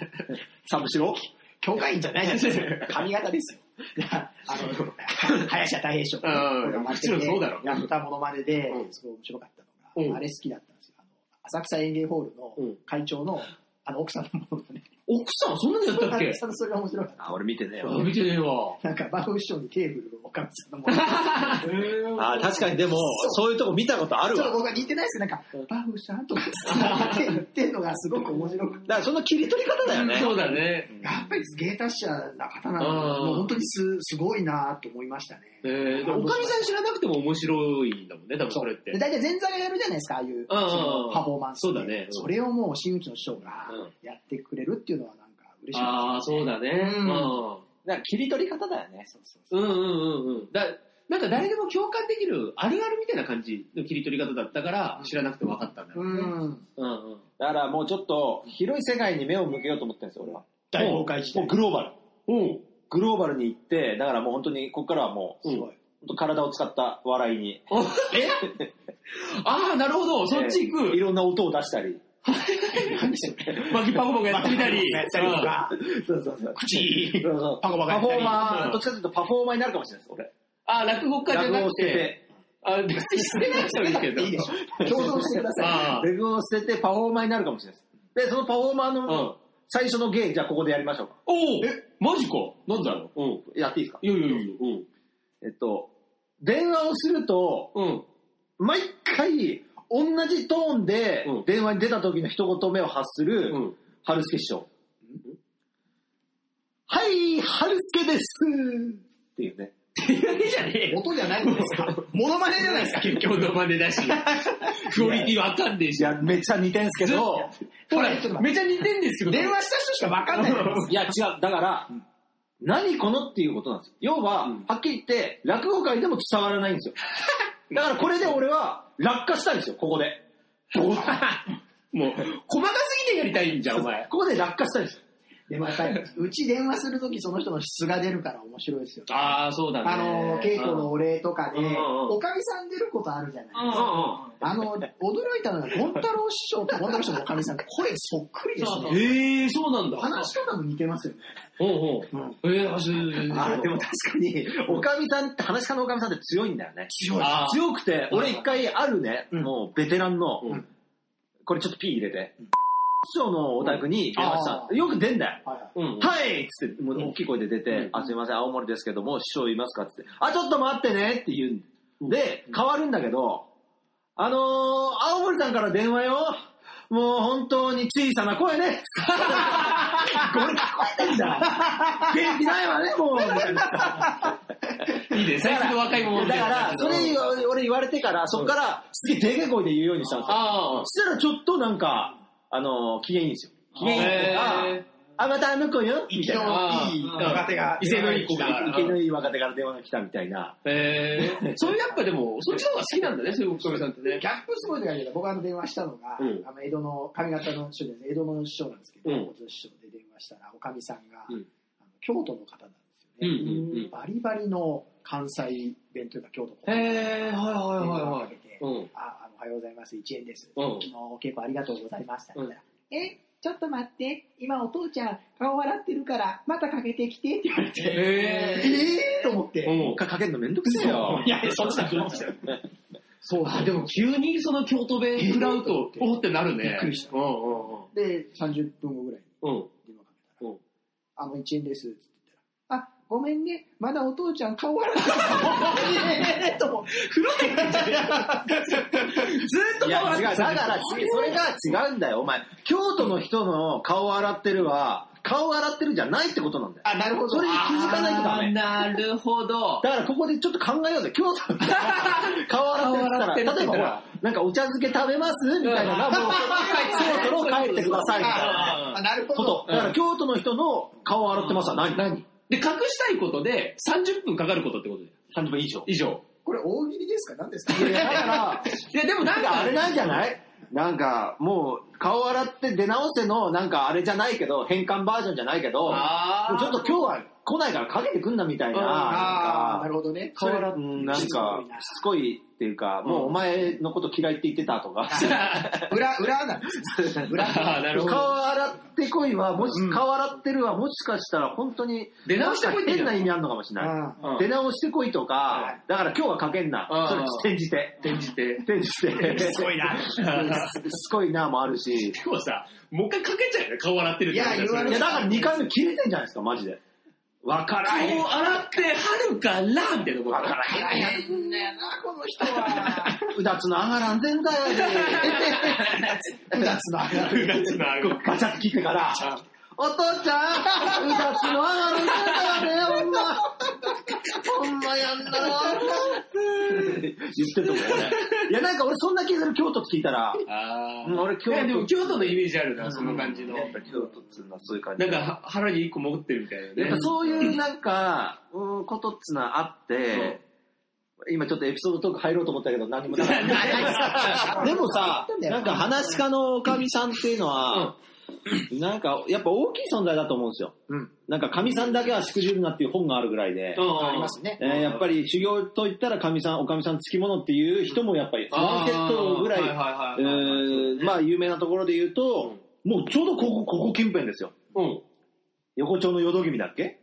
Speaker 3: 三郎師匠
Speaker 2: 教会員じゃないですよ。髪型ですよ。 あの、林家太平師匠
Speaker 4: うん
Speaker 2: の
Speaker 4: もちろんそうだろう
Speaker 2: やったものまねで
Speaker 4: う、ん
Speaker 2: すごい面白かった
Speaker 4: う
Speaker 2: の
Speaker 4: ん
Speaker 2: が、あれ好きだったんですよ。あの浅草園芸ホールの
Speaker 4: うん
Speaker 2: 会長の、あの、奥さんのものまね。
Speaker 4: 奥さん、そんなのやったっけ
Speaker 2: それそれが面白かっ
Speaker 3: あ、俺見てねえ
Speaker 4: あ見てねえわ。
Speaker 2: た。なんか、馬風師匠にテーブルをおかみさんのものま
Speaker 3: あ、
Speaker 2: ね。
Speaker 3: 確かにでも、そういうとこ見たことあ
Speaker 2: ち
Speaker 3: る
Speaker 2: ょっと
Speaker 3: わ。
Speaker 2: 僕は似てないですけどなんか、馬風さんとかって言ってるのがすごく面白くて。
Speaker 3: だからその切り取り方だよね。
Speaker 4: そうだね。
Speaker 2: やっぱり芸達者な方な
Speaker 4: うん
Speaker 2: のもう本当にすすごいなと思いましたね。
Speaker 4: えー、でおかみさん知らなくても面白いんだもんね、多分それって
Speaker 2: で。大体前座がやるじゃないですか、ああいうそのパフォーマンスで。
Speaker 4: そうだねうん
Speaker 2: それをもう新内の師匠が
Speaker 4: うん
Speaker 2: やってくれるっていうのはなんか嬉しいですね。
Speaker 4: ああ、そうだね。
Speaker 2: うん
Speaker 3: だから切り取り方だよね。
Speaker 4: うんうんうんうん。だなんか誰でも共感できるあるあるみたいな感じの切り取り方だったから知らなくて分かったんだよ。
Speaker 2: うん。
Speaker 4: うんうん。
Speaker 3: だからもうちょっと広い世界に目を向けようと思ってるんですよ、俺は。
Speaker 2: 大崩壊時
Speaker 3: もう
Speaker 2: 代。
Speaker 3: グローバル。
Speaker 4: うん。
Speaker 3: グローバルに行って、だからもう本当に、ここからはもう、
Speaker 4: うん
Speaker 3: 本当体を使った笑いに。
Speaker 4: ああ、なるほど。そっち行
Speaker 3: えーい
Speaker 4: く。
Speaker 3: ろんな音を出したり。
Speaker 4: バキパコパコやってみたり。
Speaker 2: やったりとか、
Speaker 3: そうそう そう。
Speaker 4: 口。
Speaker 3: そうそう
Speaker 4: パコパコや
Speaker 3: パ
Speaker 4: った
Speaker 3: フ
Speaker 4: り
Speaker 3: ォーマー、どっちかというとパフォーマーになるかもしれないです、俺。
Speaker 4: ああ、落語家じゃ
Speaker 3: 落語
Speaker 4: な
Speaker 3: を
Speaker 4: く
Speaker 3: 捨て
Speaker 4: て。
Speaker 3: て、
Speaker 4: あ別に捨てなくてもいいけど。
Speaker 2: いいでしょ。共存してください。
Speaker 4: ああ。
Speaker 3: 落語を捨ててパフォーマーになるかもしれないです。で、そのパフォーマー
Speaker 4: う
Speaker 3: の
Speaker 4: ん。
Speaker 3: 最初の芸、じゃあここでやりましょうか。
Speaker 4: おおえ、マジか。なんだろう。うん。
Speaker 3: やっていいですか
Speaker 4: いやいやいや。うん。
Speaker 3: えっと、電話をすると、
Speaker 4: うん。
Speaker 3: 毎回、同じトーンで
Speaker 4: うん
Speaker 3: 電話に出た時の一言目を発する、
Speaker 4: うん。
Speaker 3: 春助師匠。はい、春助ですっていうね。
Speaker 4: いいじゃねえよ。
Speaker 2: 音じゃないんですか。モノマネじゃないですか。
Speaker 4: 結局の真似だ し。クオリティわかんねえ
Speaker 3: い
Speaker 4: し。
Speaker 3: や、めっちゃ似てんすけど、
Speaker 4: ほら、めちゃ似てんですけど。
Speaker 2: 電話した人しかわかんないじゃないです か
Speaker 3: いや、違う。だから、何このっていうことなんですよ。要は、
Speaker 4: うん
Speaker 3: はっきり言って、落語界でも伝わらないんです よ。だからこれで俺は、落下したんですよ、ここで。
Speaker 4: もう、細かすぎてやりたいんじゃん、お前。
Speaker 3: ここで落下したんですよ。
Speaker 2: でもやっぱり、うち電話するときその人の質が出るから面白いですよ。
Speaker 4: ああ、そうだね。
Speaker 2: あの、稽古のお礼とかで、
Speaker 4: うんうんうん
Speaker 2: おかみさん出ることあるじゃないですか。
Speaker 4: う
Speaker 2: あの、驚いたのが、ゴン太郎師匠とゴン太郎師匠のおかみさん、声そっくりです
Speaker 5: そう
Speaker 2: ね。
Speaker 4: んうん。ええ、そうなんだ。
Speaker 2: 話し方も似てますよね。
Speaker 4: おうおう。ええ、あ、そうそうそう
Speaker 3: あでも確かに、おかみさんって、話し家のおかみさんって強いんだよね。
Speaker 2: 強い。
Speaker 4: あー
Speaker 3: 強くて、俺一回あるね、
Speaker 2: うん
Speaker 3: もうベテランの、
Speaker 4: うん
Speaker 3: これちょっと P 入れて、師匠のお宅に電話した
Speaker 2: う。ん
Speaker 3: よく出んだよ。
Speaker 2: はいはい
Speaker 4: うん。
Speaker 3: はいっつって、もう大きい声で出て、
Speaker 4: うん
Speaker 3: あ、すいません、青森ですけども、師匠いますかっつって、あ、ちょっと待ってねって言うんで、変わるんだけど、あのー、青森さんから電話よ。もう本当に小さな 声ね。これ聞こえてんだ。元気ないわね、もう。みたいな。
Speaker 4: いいね、最近の若いもん
Speaker 3: だから、それ俺言われてから、そっからすげえでけえ声で言うようにしたんですよ。
Speaker 4: ああ
Speaker 3: そ、したらちょっとなんか、あの、機嫌いいんですよ。機嫌いいっていうか
Speaker 4: へー
Speaker 3: あ、また向こうよみたいな。
Speaker 4: あー
Speaker 2: いい若手が
Speaker 4: 伊勢のいい子が。
Speaker 3: イケのいい若手から電話が来たみたいな。
Speaker 4: ええ、そういうやっぱでも、そっちの方が好きなんだね、そういうおかみさんってね
Speaker 2: ギ。ャップすごいとかけど、僕あの電話したのが、
Speaker 4: うん
Speaker 2: あの江戸の髪型の師匠です。江戸の師匠なんですけど、
Speaker 4: うん
Speaker 2: お師匠で電話したら、おかみさんが、
Speaker 4: うん
Speaker 2: あの京都の方なんですよね。
Speaker 4: うんうんうん
Speaker 2: バリバリの関西弁というか京都の方
Speaker 4: へえ、はいはいはい
Speaker 2: 電話
Speaker 4: は
Speaker 2: か
Speaker 4: い
Speaker 2: け。て
Speaker 4: うん。
Speaker 2: あ、あのおはようございます。1円です。
Speaker 4: うん
Speaker 2: 昨日お稽古ありがとうございました。みたいなえ、ちょっと待って。今お父ちゃん顔笑ってるから、またかけてきてって言われて。
Speaker 4: へ
Speaker 2: え
Speaker 4: ー
Speaker 2: ーと思って。
Speaker 4: うん。
Speaker 3: かけるのめんどくせえよ。
Speaker 2: いやいや、そっちだと思ってたよ。そう
Speaker 4: あ、でも急にその京都弁食らうと、おーってなるね。
Speaker 2: びっくりした
Speaker 4: うんうん
Speaker 2: で、30分後ぐらいに
Speaker 4: うん。うん。
Speaker 2: 電話かけた
Speaker 4: う
Speaker 2: らあ
Speaker 4: ん、
Speaker 2: の1円ですって言ったら、あ、ごめんね、まだお父ちゃん顔笑ってる。えーと思って
Speaker 3: いや、違う。だから、それが違うんだよ。お前、京都の人の顔洗ってるは、顔洗ってるじゃないってことなんだよ。
Speaker 2: あ、なるほど。
Speaker 3: それに気づかないとダ
Speaker 4: あー
Speaker 3: メ。
Speaker 4: なるほど。
Speaker 3: だからここでちょっと考えようぜ。京 都の顔洗ってるから、例えばほら、なんかお茶漬け食べますみたいなのが、もう、そろそろ帰ってくださいみたいな
Speaker 2: あなるほ
Speaker 3: こ
Speaker 2: ど。
Speaker 3: と。だから京都の人の顔洗ってますは何何
Speaker 4: で、隠したいことで30分かかることってことで。
Speaker 3: ?30 分以上。
Speaker 4: 以上。
Speaker 2: これ大喜利ですか何ですか
Speaker 3: いやだから、
Speaker 4: いや、でも
Speaker 3: な
Speaker 4: なんん
Speaker 3: か
Speaker 4: か
Speaker 3: あ
Speaker 4: あ
Speaker 3: れ
Speaker 4: れ
Speaker 3: なんじゃないなんか、もう、顔洗って出直せの、なんかあれじゃないけど、変換バージョンじゃないけど、も
Speaker 4: あー
Speaker 3: うちょっと今日は来ないからかけてくんなみたいな、
Speaker 4: うん
Speaker 2: ああ、
Speaker 3: な
Speaker 2: なん
Speaker 3: か、
Speaker 2: るほどね。
Speaker 3: 変わらうんなん
Speaker 2: しつこ
Speaker 3: か
Speaker 2: いな、
Speaker 3: しつこいっていうか、もうお前のこと嫌いって言ってたとか、
Speaker 2: 裏、裏なんです。裏。
Speaker 4: あーなるほど。
Speaker 3: 顔洗ってこいは、もし、
Speaker 2: うん
Speaker 3: 顔洗ってるは、もしかしたら本当に、
Speaker 4: 出直してこいって
Speaker 3: 変
Speaker 4: 言う
Speaker 3: な
Speaker 4: の
Speaker 3: 意味あるのかもしれない。
Speaker 2: あ
Speaker 4: うん
Speaker 3: 出直してこいとか、だから今日はかけんな
Speaker 4: うん。
Speaker 3: それ、転じて。
Speaker 4: 転じて。
Speaker 3: 転じて。
Speaker 4: しつこいな。
Speaker 3: しつこいなもあるし。い
Speaker 4: でもさ、もう一回かけちゃうよね、顔洗ってるってこと
Speaker 2: いや言われ
Speaker 3: や、だから2回目切れてんじゃないですか、マジで。わからへん。
Speaker 4: 顔洗ってはるからみたいなこと。
Speaker 3: わからへん。
Speaker 2: 変だよな、この人は。
Speaker 3: うだつの上がらん全体
Speaker 2: うだつの上がらん
Speaker 4: 9月の顎
Speaker 3: ガチャッと切ってから、お父ちゃん、うだつの上がらん全体やね、ほんま。ほんまやんなろ。言ってると思うね。いや、なんか俺そんな気する京都って聞いたら、
Speaker 4: あ
Speaker 3: うん俺京都
Speaker 4: いやでも京都のイメージあるな、その感じの。
Speaker 3: やっ
Speaker 4: な
Speaker 3: ぱ京都っつうのはそういう感じ。
Speaker 4: んかは腹に一個持ってるみたい
Speaker 3: やっ
Speaker 4: な
Speaker 3: ぱ
Speaker 4: ね。
Speaker 3: そういうなんか、うん、ことっつうのはあって、今ちょっとエピソードトーク入ろうと思ったけど、何もなかった。でもさ、なんか話し家のおかみさんっていうのは、なんかやっぱ大きい存在だと思うんですよ。
Speaker 2: うん。
Speaker 3: なんかかみさんだけはしくじるなっていう本があるぐらいで、
Speaker 4: うん
Speaker 2: ありますね。
Speaker 3: えーやっぱり修行といったらかみさん、おかみさん付き物っていう人もやっぱり、そ
Speaker 4: あ
Speaker 3: の
Speaker 4: ー
Speaker 3: セットぐらい、
Speaker 4: はいは
Speaker 3: え
Speaker 4: いはいはい
Speaker 3: ーまあ有名なところで言うと、もうちょうどここ、ここ近辺ですよ。
Speaker 4: うん。
Speaker 3: 横丁の淀君だっけ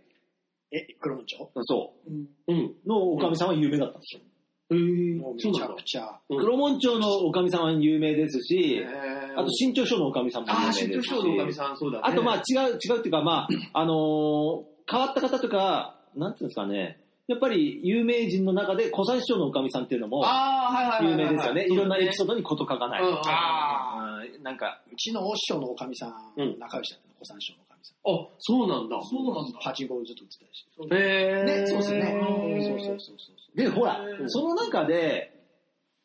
Speaker 2: え、黒門町
Speaker 3: そう。
Speaker 4: うん。
Speaker 3: のおかみさんは有名だったんですよ。
Speaker 2: もうめちゃくちゃ。
Speaker 4: うん
Speaker 3: 黒門町のおかみさんは有名ですし、あ
Speaker 4: あ
Speaker 3: と新潮賞のおかみさんも有
Speaker 4: あ
Speaker 3: 名
Speaker 4: あ、
Speaker 3: ですし。
Speaker 4: 新潮賞のおかみさん、そうだね。
Speaker 3: あとまあ違う、違うっていうか まあ、あのー変わった方とか、なんていうんですかね、やっぱり有名人の中で古参師匠のおかみさんっていうのも
Speaker 4: ああ、はいは
Speaker 3: 有
Speaker 4: いは
Speaker 3: 名
Speaker 4: いはい。
Speaker 3: ですよね。いろんなエピソードに事書かない。
Speaker 4: うん
Speaker 2: ああ。
Speaker 3: あーなんか、
Speaker 2: うちのお師匠のおかみさん、
Speaker 4: うん
Speaker 2: 仲良しだったの、小三師匠のおかみさん。
Speaker 4: あ、そうなんだ。
Speaker 5: そうなんだ。
Speaker 2: パチンコをずっと打ってたりして。
Speaker 4: へえ。
Speaker 2: ね、そうですよね。
Speaker 4: そ
Speaker 2: そうう
Speaker 4: そ
Speaker 2: そううそうそうそう。
Speaker 3: で、ほら
Speaker 5: う、ん
Speaker 3: その中で、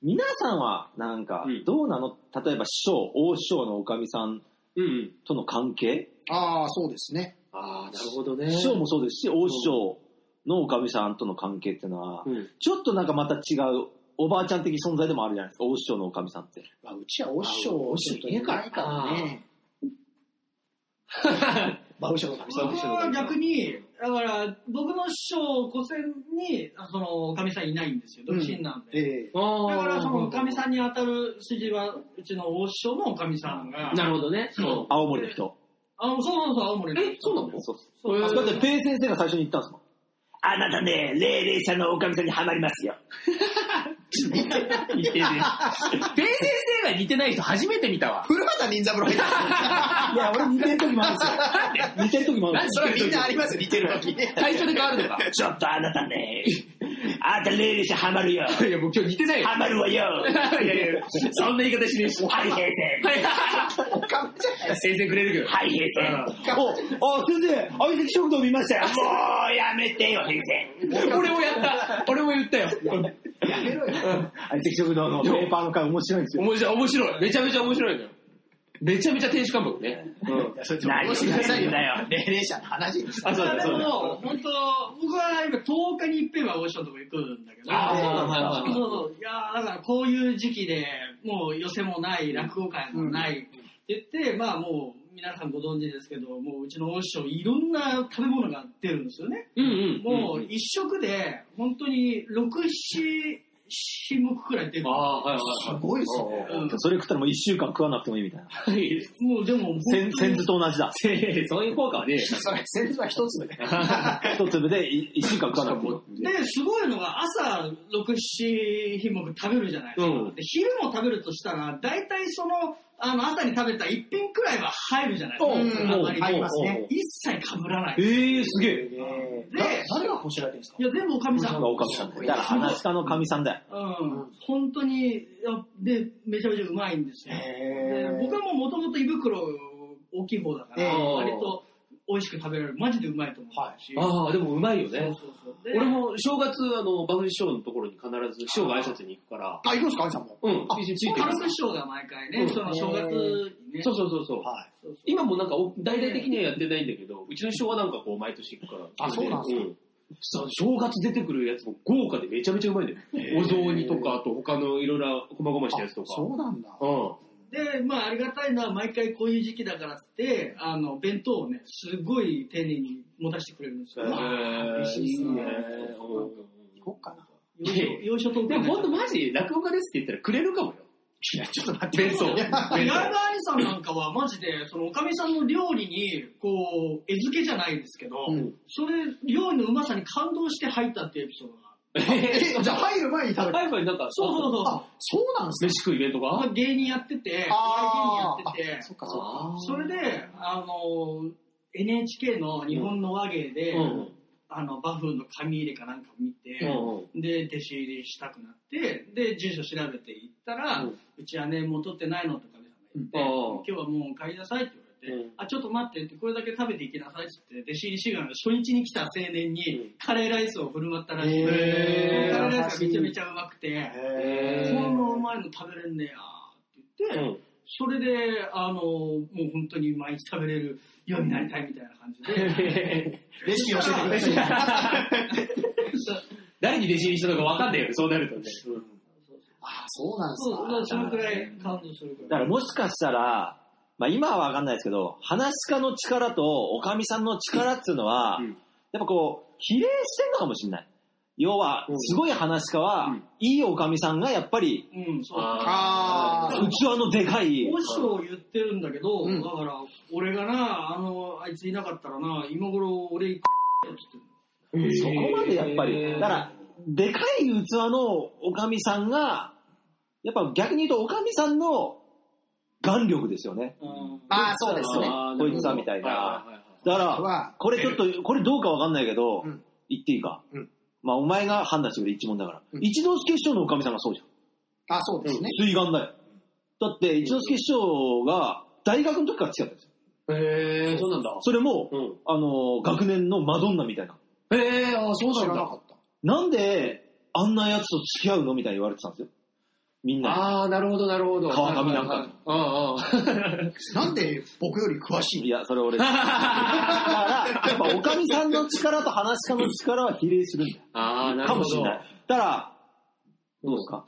Speaker 3: 皆さんはなんか
Speaker 4: うん、
Speaker 3: どうなの、例えば師匠、大師匠のおかみさん
Speaker 4: うんうん。
Speaker 3: との関係
Speaker 2: ああ、そうですね。
Speaker 4: ああ、なるほどね。
Speaker 3: 師匠もそうですし、大師匠のおかみさんとの関係っていうのは、
Speaker 4: うん。
Speaker 3: ちょっとなんかまた違う、おばあちゃん的存在でもあるじゃないですか、大師匠のおかみさんって。
Speaker 2: まあ、うちはお師匠をちょっといないからね。 まあ、お師匠のおかみさん。
Speaker 5: 僕は逆に、だから、僕の師匠、古戦に、あその、おかみさんいないんですよ。独身なんで。
Speaker 2: ええ
Speaker 4: あ
Speaker 5: だ
Speaker 4: あ。
Speaker 5: から、その、おかみさんに当たる筋は、うちの大師匠のおかみさんが。
Speaker 4: なるほどね。そう。
Speaker 3: 青森の人。
Speaker 5: あの、そうなんですよ、青森の。
Speaker 4: えそうなの
Speaker 3: そうそ
Speaker 5: そう
Speaker 3: う。だって、ペイ先生が最初に言ったんですもん。
Speaker 6: あなたね、霊霊者のおかみさんにはまりますよ。
Speaker 4: 似てねえ。ペイ先生が似てない人初めて見たわ。
Speaker 2: 古畑任三郎みたい
Speaker 3: いや、俺似てる時もあるんです よ。似てる時もあるんです
Speaker 2: それはみんなありますよ、似てる時ね。
Speaker 4: 体調で変わ るのか。
Speaker 6: ちょっとあなたね、あなた霊霊者はまるよ。
Speaker 4: いや、もう今日似てない よ。
Speaker 6: はまるわよ。
Speaker 4: いやいや、そんな言い方しねえし。
Speaker 6: はい、平成。
Speaker 2: おかみじゃないです
Speaker 4: 先生くれる
Speaker 6: はい、平
Speaker 4: けど。
Speaker 6: 成。
Speaker 2: か。
Speaker 3: お、あ、先生、相席食堂見ましたよ。
Speaker 6: もうやめてよ、平成。
Speaker 4: 俺もやった。俺も言ったよ。
Speaker 2: やめろよ。
Speaker 3: 相席食堂のペーパーの回面白いんですよ。
Speaker 4: 面白い、面白い。めちゃめちゃ面白いのよ。めちゃめちゃ天使感覚ね。うん。
Speaker 6: 何をしなさいん だよ。
Speaker 2: 霊霊者の話にした。
Speaker 4: あ、そう
Speaker 5: まあ
Speaker 4: だ、
Speaker 5: で
Speaker 4: そうだ。
Speaker 5: も、本当、僕は今10日に一遍は大師匠のとこ行くんだけど。
Speaker 4: あそうなんだ
Speaker 5: そうそう。いやーだからこういう時期で、もう寄せもない、落語会もないって言って、まあもう、皆さんご存知ですけど、もううちの大師匠、いろんな食べ物が出るんですよね。
Speaker 4: うんうん。
Speaker 5: もう一食で、本当に6、7品目くらい出る。
Speaker 4: ああ、はい
Speaker 2: す
Speaker 4: は
Speaker 2: ごいっすね。
Speaker 5: うん
Speaker 3: それ食ったらもう一週間食わなくてもいいみたいな。
Speaker 4: いはい。
Speaker 5: もうでも、
Speaker 3: せん、せんずと同 じだ。
Speaker 4: そういう効果はね。
Speaker 2: それ、センスは一つで。
Speaker 3: 一粒でい一週間食わなくても。
Speaker 5: で、すごいのが朝6、7品目食べるじゃないですか。
Speaker 4: うん
Speaker 5: で昼も食べるとしたら、大体その、あの、朝に食べた一品くらいは入るじゃないですか。
Speaker 2: うん
Speaker 5: あんまり
Speaker 2: 入りますね
Speaker 5: 一切被らない。
Speaker 3: ええー、すげえ。
Speaker 5: で、
Speaker 2: 誰がこしられてるんですか
Speaker 5: いや、全部おかみさん。
Speaker 3: がおかみさんだよ。だから、話し家のかみさんだよ。
Speaker 5: うん。本当に、いやで、めちゃめちゃうまいんですよ。で
Speaker 2: へ
Speaker 5: 僕はもうもともと胃袋大きい方だから、
Speaker 2: ええ
Speaker 5: 割と美味しく食べられる。マジでうまいと思うし。
Speaker 4: ああ、でもうまいよ
Speaker 5: そう
Speaker 4: ね。
Speaker 5: そうそう。で
Speaker 4: 俺、も正月、あの、バフ師匠のところに必ず師匠が挨拶に行くから、
Speaker 2: あ、行くんですか、アイさんも。
Speaker 4: うん
Speaker 2: あ、
Speaker 4: 一緒について
Speaker 5: 家
Speaker 4: くる。
Speaker 5: 族師匠が毎回ね、
Speaker 4: うん
Speaker 5: その正月にね、
Speaker 4: そうそうそうそう。
Speaker 2: はい。
Speaker 5: そうそう
Speaker 4: 今もなんかお大々的にはやってないんだけど、うちの師匠はなんかこう毎年行くから。
Speaker 2: あそうなんすか
Speaker 4: うんそう正月出てくるやつも豪華でめちゃめちゃうまいんだよ。お雑煮とか、あと他のいろいろな細々したやつとか。
Speaker 2: そうなんだ。
Speaker 4: う
Speaker 5: で、まあ、ありがたいのは、毎回こういう時期だからって、あの、弁当をね、すごい丁寧に持たせてくれるんですよ。
Speaker 4: 嬉しいね。
Speaker 2: 行こっかな。
Speaker 5: 要所要所と
Speaker 4: でも本当マジ、落語家ですって言ったらくれるかもよ。いや、ちょっと待って。弁当。弁
Speaker 5: 矢田愛さんなんかはマジで、そのおかみさんの料理に、こう、餌付けじゃないですけど、
Speaker 4: うん
Speaker 5: それ、料理のうまさに感動して入ったっていうエピソードがある。
Speaker 2: え、じゃあ入る前に食べた。
Speaker 4: 最後になんか、
Speaker 5: そうそうそう。
Speaker 2: あ、そうなんですね。
Speaker 4: 飯食い弁と
Speaker 5: ま
Speaker 4: か
Speaker 5: あ芸人やってて、
Speaker 2: あ
Speaker 5: お
Speaker 2: ー
Speaker 5: 笑い芸人やってて、
Speaker 2: そっかそっか。
Speaker 5: それで、あの、NHK の日本の和芸で、
Speaker 4: うん
Speaker 5: あの、バフの紙入れかなんか見て、
Speaker 4: うんうん
Speaker 5: で、弟子入りしたくなって、で、住所調べて行ったら、う
Speaker 4: うん
Speaker 5: ちはね、もう取ってないのとかで言って、
Speaker 4: うん
Speaker 5: 今日はもう帰りなさいって言われて、
Speaker 4: うん
Speaker 5: あ、ちょっと待ってって、これだけ食べていきなさいって言って、弟子入り志願で初日に来た青年
Speaker 4: う
Speaker 5: に
Speaker 4: ん
Speaker 5: カレーライスを振る舞ったらしい。
Speaker 2: へ
Speaker 5: カレ
Speaker 2: ー
Speaker 5: ーライスがめちゃめちゃうまくて、こ
Speaker 2: へ
Speaker 5: んなうまいの食べれんねやって言って、
Speaker 4: うん
Speaker 5: それで、あの、もう本当に毎日食べれるようになりたいみたいな感 じで、
Speaker 2: レシピ教えてください。
Speaker 4: 誰に弟子入りしたのか分かんないよね、そうなるとね。
Speaker 2: あ、そうなんです
Speaker 5: そう、だか
Speaker 2: か。
Speaker 5: らそのくらい感動するく
Speaker 3: だ
Speaker 5: ら
Speaker 3: から
Speaker 5: い。
Speaker 3: もしかしたら、まあ今はわかんないですけど、話し家の力とおかみさんの力っていうのは、
Speaker 4: うん
Speaker 3: やっぱこう、比例してんのかもしれない。要は、すごい話し家は、
Speaker 4: うん
Speaker 3: いいおかみさんがやっぱり、
Speaker 5: うん、そう。
Speaker 2: あー
Speaker 3: 器のでかい、
Speaker 5: 大師匠言ってるんだけど、
Speaker 2: うん
Speaker 5: だから、俺がな、あの、あいついなかったらな、今頃俺、って言ってる
Speaker 3: そこまでやっぱ
Speaker 4: へ
Speaker 3: り。
Speaker 4: ー
Speaker 3: だから、でかい器のおかみさんが、やっぱ逆に言うとおかみさんの眼力ですよね。
Speaker 5: うん
Speaker 2: まあ、そうですね。
Speaker 4: あー
Speaker 3: こいつはみたいな。だから、
Speaker 2: は、
Speaker 3: これちょっと、これどうかわかんないけど、
Speaker 2: うん
Speaker 3: 言っていいか。
Speaker 2: うん
Speaker 3: まあ、お前が判断してくれ、一問だから。
Speaker 2: うん
Speaker 3: 一之輔師匠のおかみさんがそうじゃん。
Speaker 2: あ、そうですね。
Speaker 3: 水眼だよ。だって、一之輔師匠が大学の時から付き合ったんですよ。
Speaker 4: へえ、そうなんだ。
Speaker 3: それも、
Speaker 4: うん
Speaker 3: あの、学年のマドンナみたいな。
Speaker 4: へえ、あ、そう
Speaker 2: 知
Speaker 4: な
Speaker 2: ら
Speaker 4: ん
Speaker 2: な
Speaker 4: だ。
Speaker 2: かった。
Speaker 3: なんで、あんなやつと付き合うのみたいに言われてたんですよ。みんなに。
Speaker 4: ああ、なるほど、なるほど。
Speaker 3: 川上なんか
Speaker 4: はいはいはい。うんうん。
Speaker 2: なんで僕より詳しいの
Speaker 3: いや、それ俺です。だから、やっぱ、おかみさんの力と話し家の力は比例するんだよ。
Speaker 4: ああ、なる
Speaker 3: か
Speaker 4: ほ
Speaker 3: も
Speaker 4: ど。
Speaker 3: しれない。だから、どうです か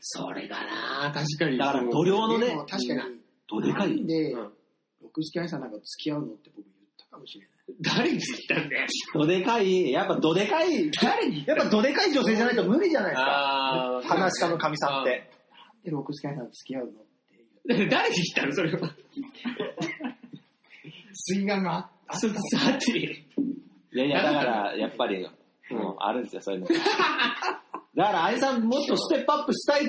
Speaker 4: それがなあ、確かに。
Speaker 3: だから、度量の
Speaker 2: で
Speaker 3: ね
Speaker 2: も、確かに。
Speaker 3: どでか
Speaker 2: なん
Speaker 3: い。
Speaker 2: で
Speaker 4: うん、
Speaker 2: 六助愛さんなんか付き合うのって僕言ったかもしれない。
Speaker 4: 誰に言ったんだよ。
Speaker 3: どでかい、やっぱどでかい、
Speaker 4: 誰に
Speaker 3: やっぱどでかい女性じゃないと無理じゃないですか。
Speaker 4: あ
Speaker 3: 話し家の神さんって。
Speaker 2: で、六助愛さんと付き合うのって言う。
Speaker 4: 誰に言ったのそれは。
Speaker 2: 水眼があっ
Speaker 4: あ、そうそう、あって。
Speaker 3: いやいや、だから、やっぱり、うん、あるんですよ、そう いうの。だから、愛さんもっとステップアップしたいっつ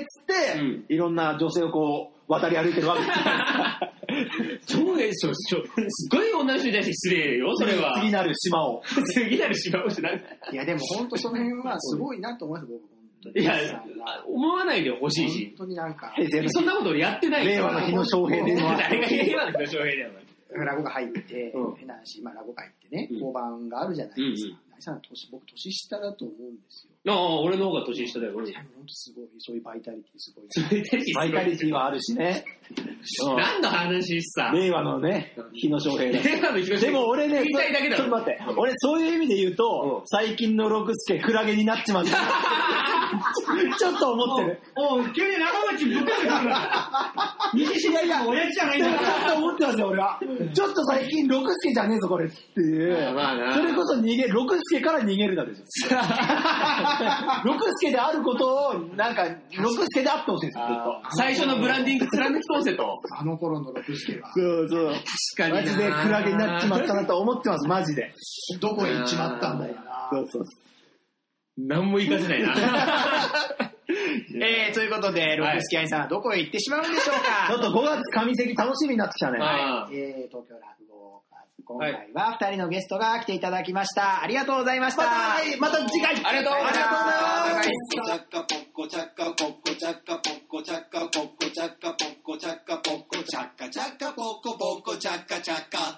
Speaker 3: って、
Speaker 4: うん
Speaker 3: いろんな女性をこう、渡り歩いてるわけじゃ ないですか。
Speaker 4: 超え、そうそうすごい女の人に対して失礼よ、それは。
Speaker 3: 次なる島を。
Speaker 4: 次なる芝をしない。
Speaker 2: いや、でも本当その辺はすごいなと思います、僕。本当に
Speaker 4: いや
Speaker 2: さ、
Speaker 4: 思わないでほしい
Speaker 2: 本
Speaker 4: し。
Speaker 2: 当になんか、
Speaker 4: そんなことやってない
Speaker 3: 令和の日の翔平で
Speaker 2: 令和
Speaker 4: 誰が今の翔平だよ。
Speaker 2: ラゴが入って
Speaker 4: うん、
Speaker 2: 変な話、今ラゴが入ってね
Speaker 4: うん、
Speaker 2: 交番があるじゃないです
Speaker 4: うん
Speaker 2: か。愛さん、年僕、年下だと思うんですよ。
Speaker 4: ああ、俺の方が年下だよ、俺
Speaker 2: い。や、 本当すごい、そういうバイタリティすごい。
Speaker 3: バイタリティはあるしね。
Speaker 4: 何の話さ
Speaker 3: うん。令和のね、日野翔平だ。
Speaker 4: 令和の広
Speaker 3: でも俺ね、
Speaker 4: 言いたいだけだ
Speaker 3: ちょっと待って、俺そういう意味で言うと、最近の六助、クラゲになっちま うんだよちょっと思ってる。
Speaker 5: おう、急に長町ぶっかけたんだ。西島がおやつじゃないん
Speaker 3: ちょ
Speaker 5: だから。
Speaker 3: っと思ってますよ、俺は。ちょっと最近、六助じゃねえぞ、これっていう。
Speaker 4: まあまあな
Speaker 3: それこそ逃げ、六助から逃げるだでしょ。六助であることを、なんか、六助であってほしいんですよ、ずっと。
Speaker 4: 最初のブランディング貫き通せと。
Speaker 2: あの頃の六助は、
Speaker 3: そうそう。
Speaker 4: 確か
Speaker 3: マ
Speaker 4: にな
Speaker 3: ジでクラゲになっちまったなと思ってます、マジで。
Speaker 2: どこへ行っちまったんだよな。
Speaker 3: そうそう。
Speaker 4: 何も言いかせな いな。
Speaker 2: えー、ということで、
Speaker 4: はい
Speaker 2: 六助愛さんはどこへ行ってしまうんでしょう
Speaker 3: ちょ
Speaker 2: か
Speaker 3: っと5月上席楽しみになってきたね。
Speaker 4: あー
Speaker 2: えー、東京落語会今回は2人のゲストが来ていただきました。ありがとうございました。
Speaker 3: また次回。
Speaker 4: ありがとう
Speaker 2: ありがとうございます。
Speaker 1: Chaka poco chaka poco chaka poco chaka poco chaka poco chaka poco chaka chaka poco poco chaka chaka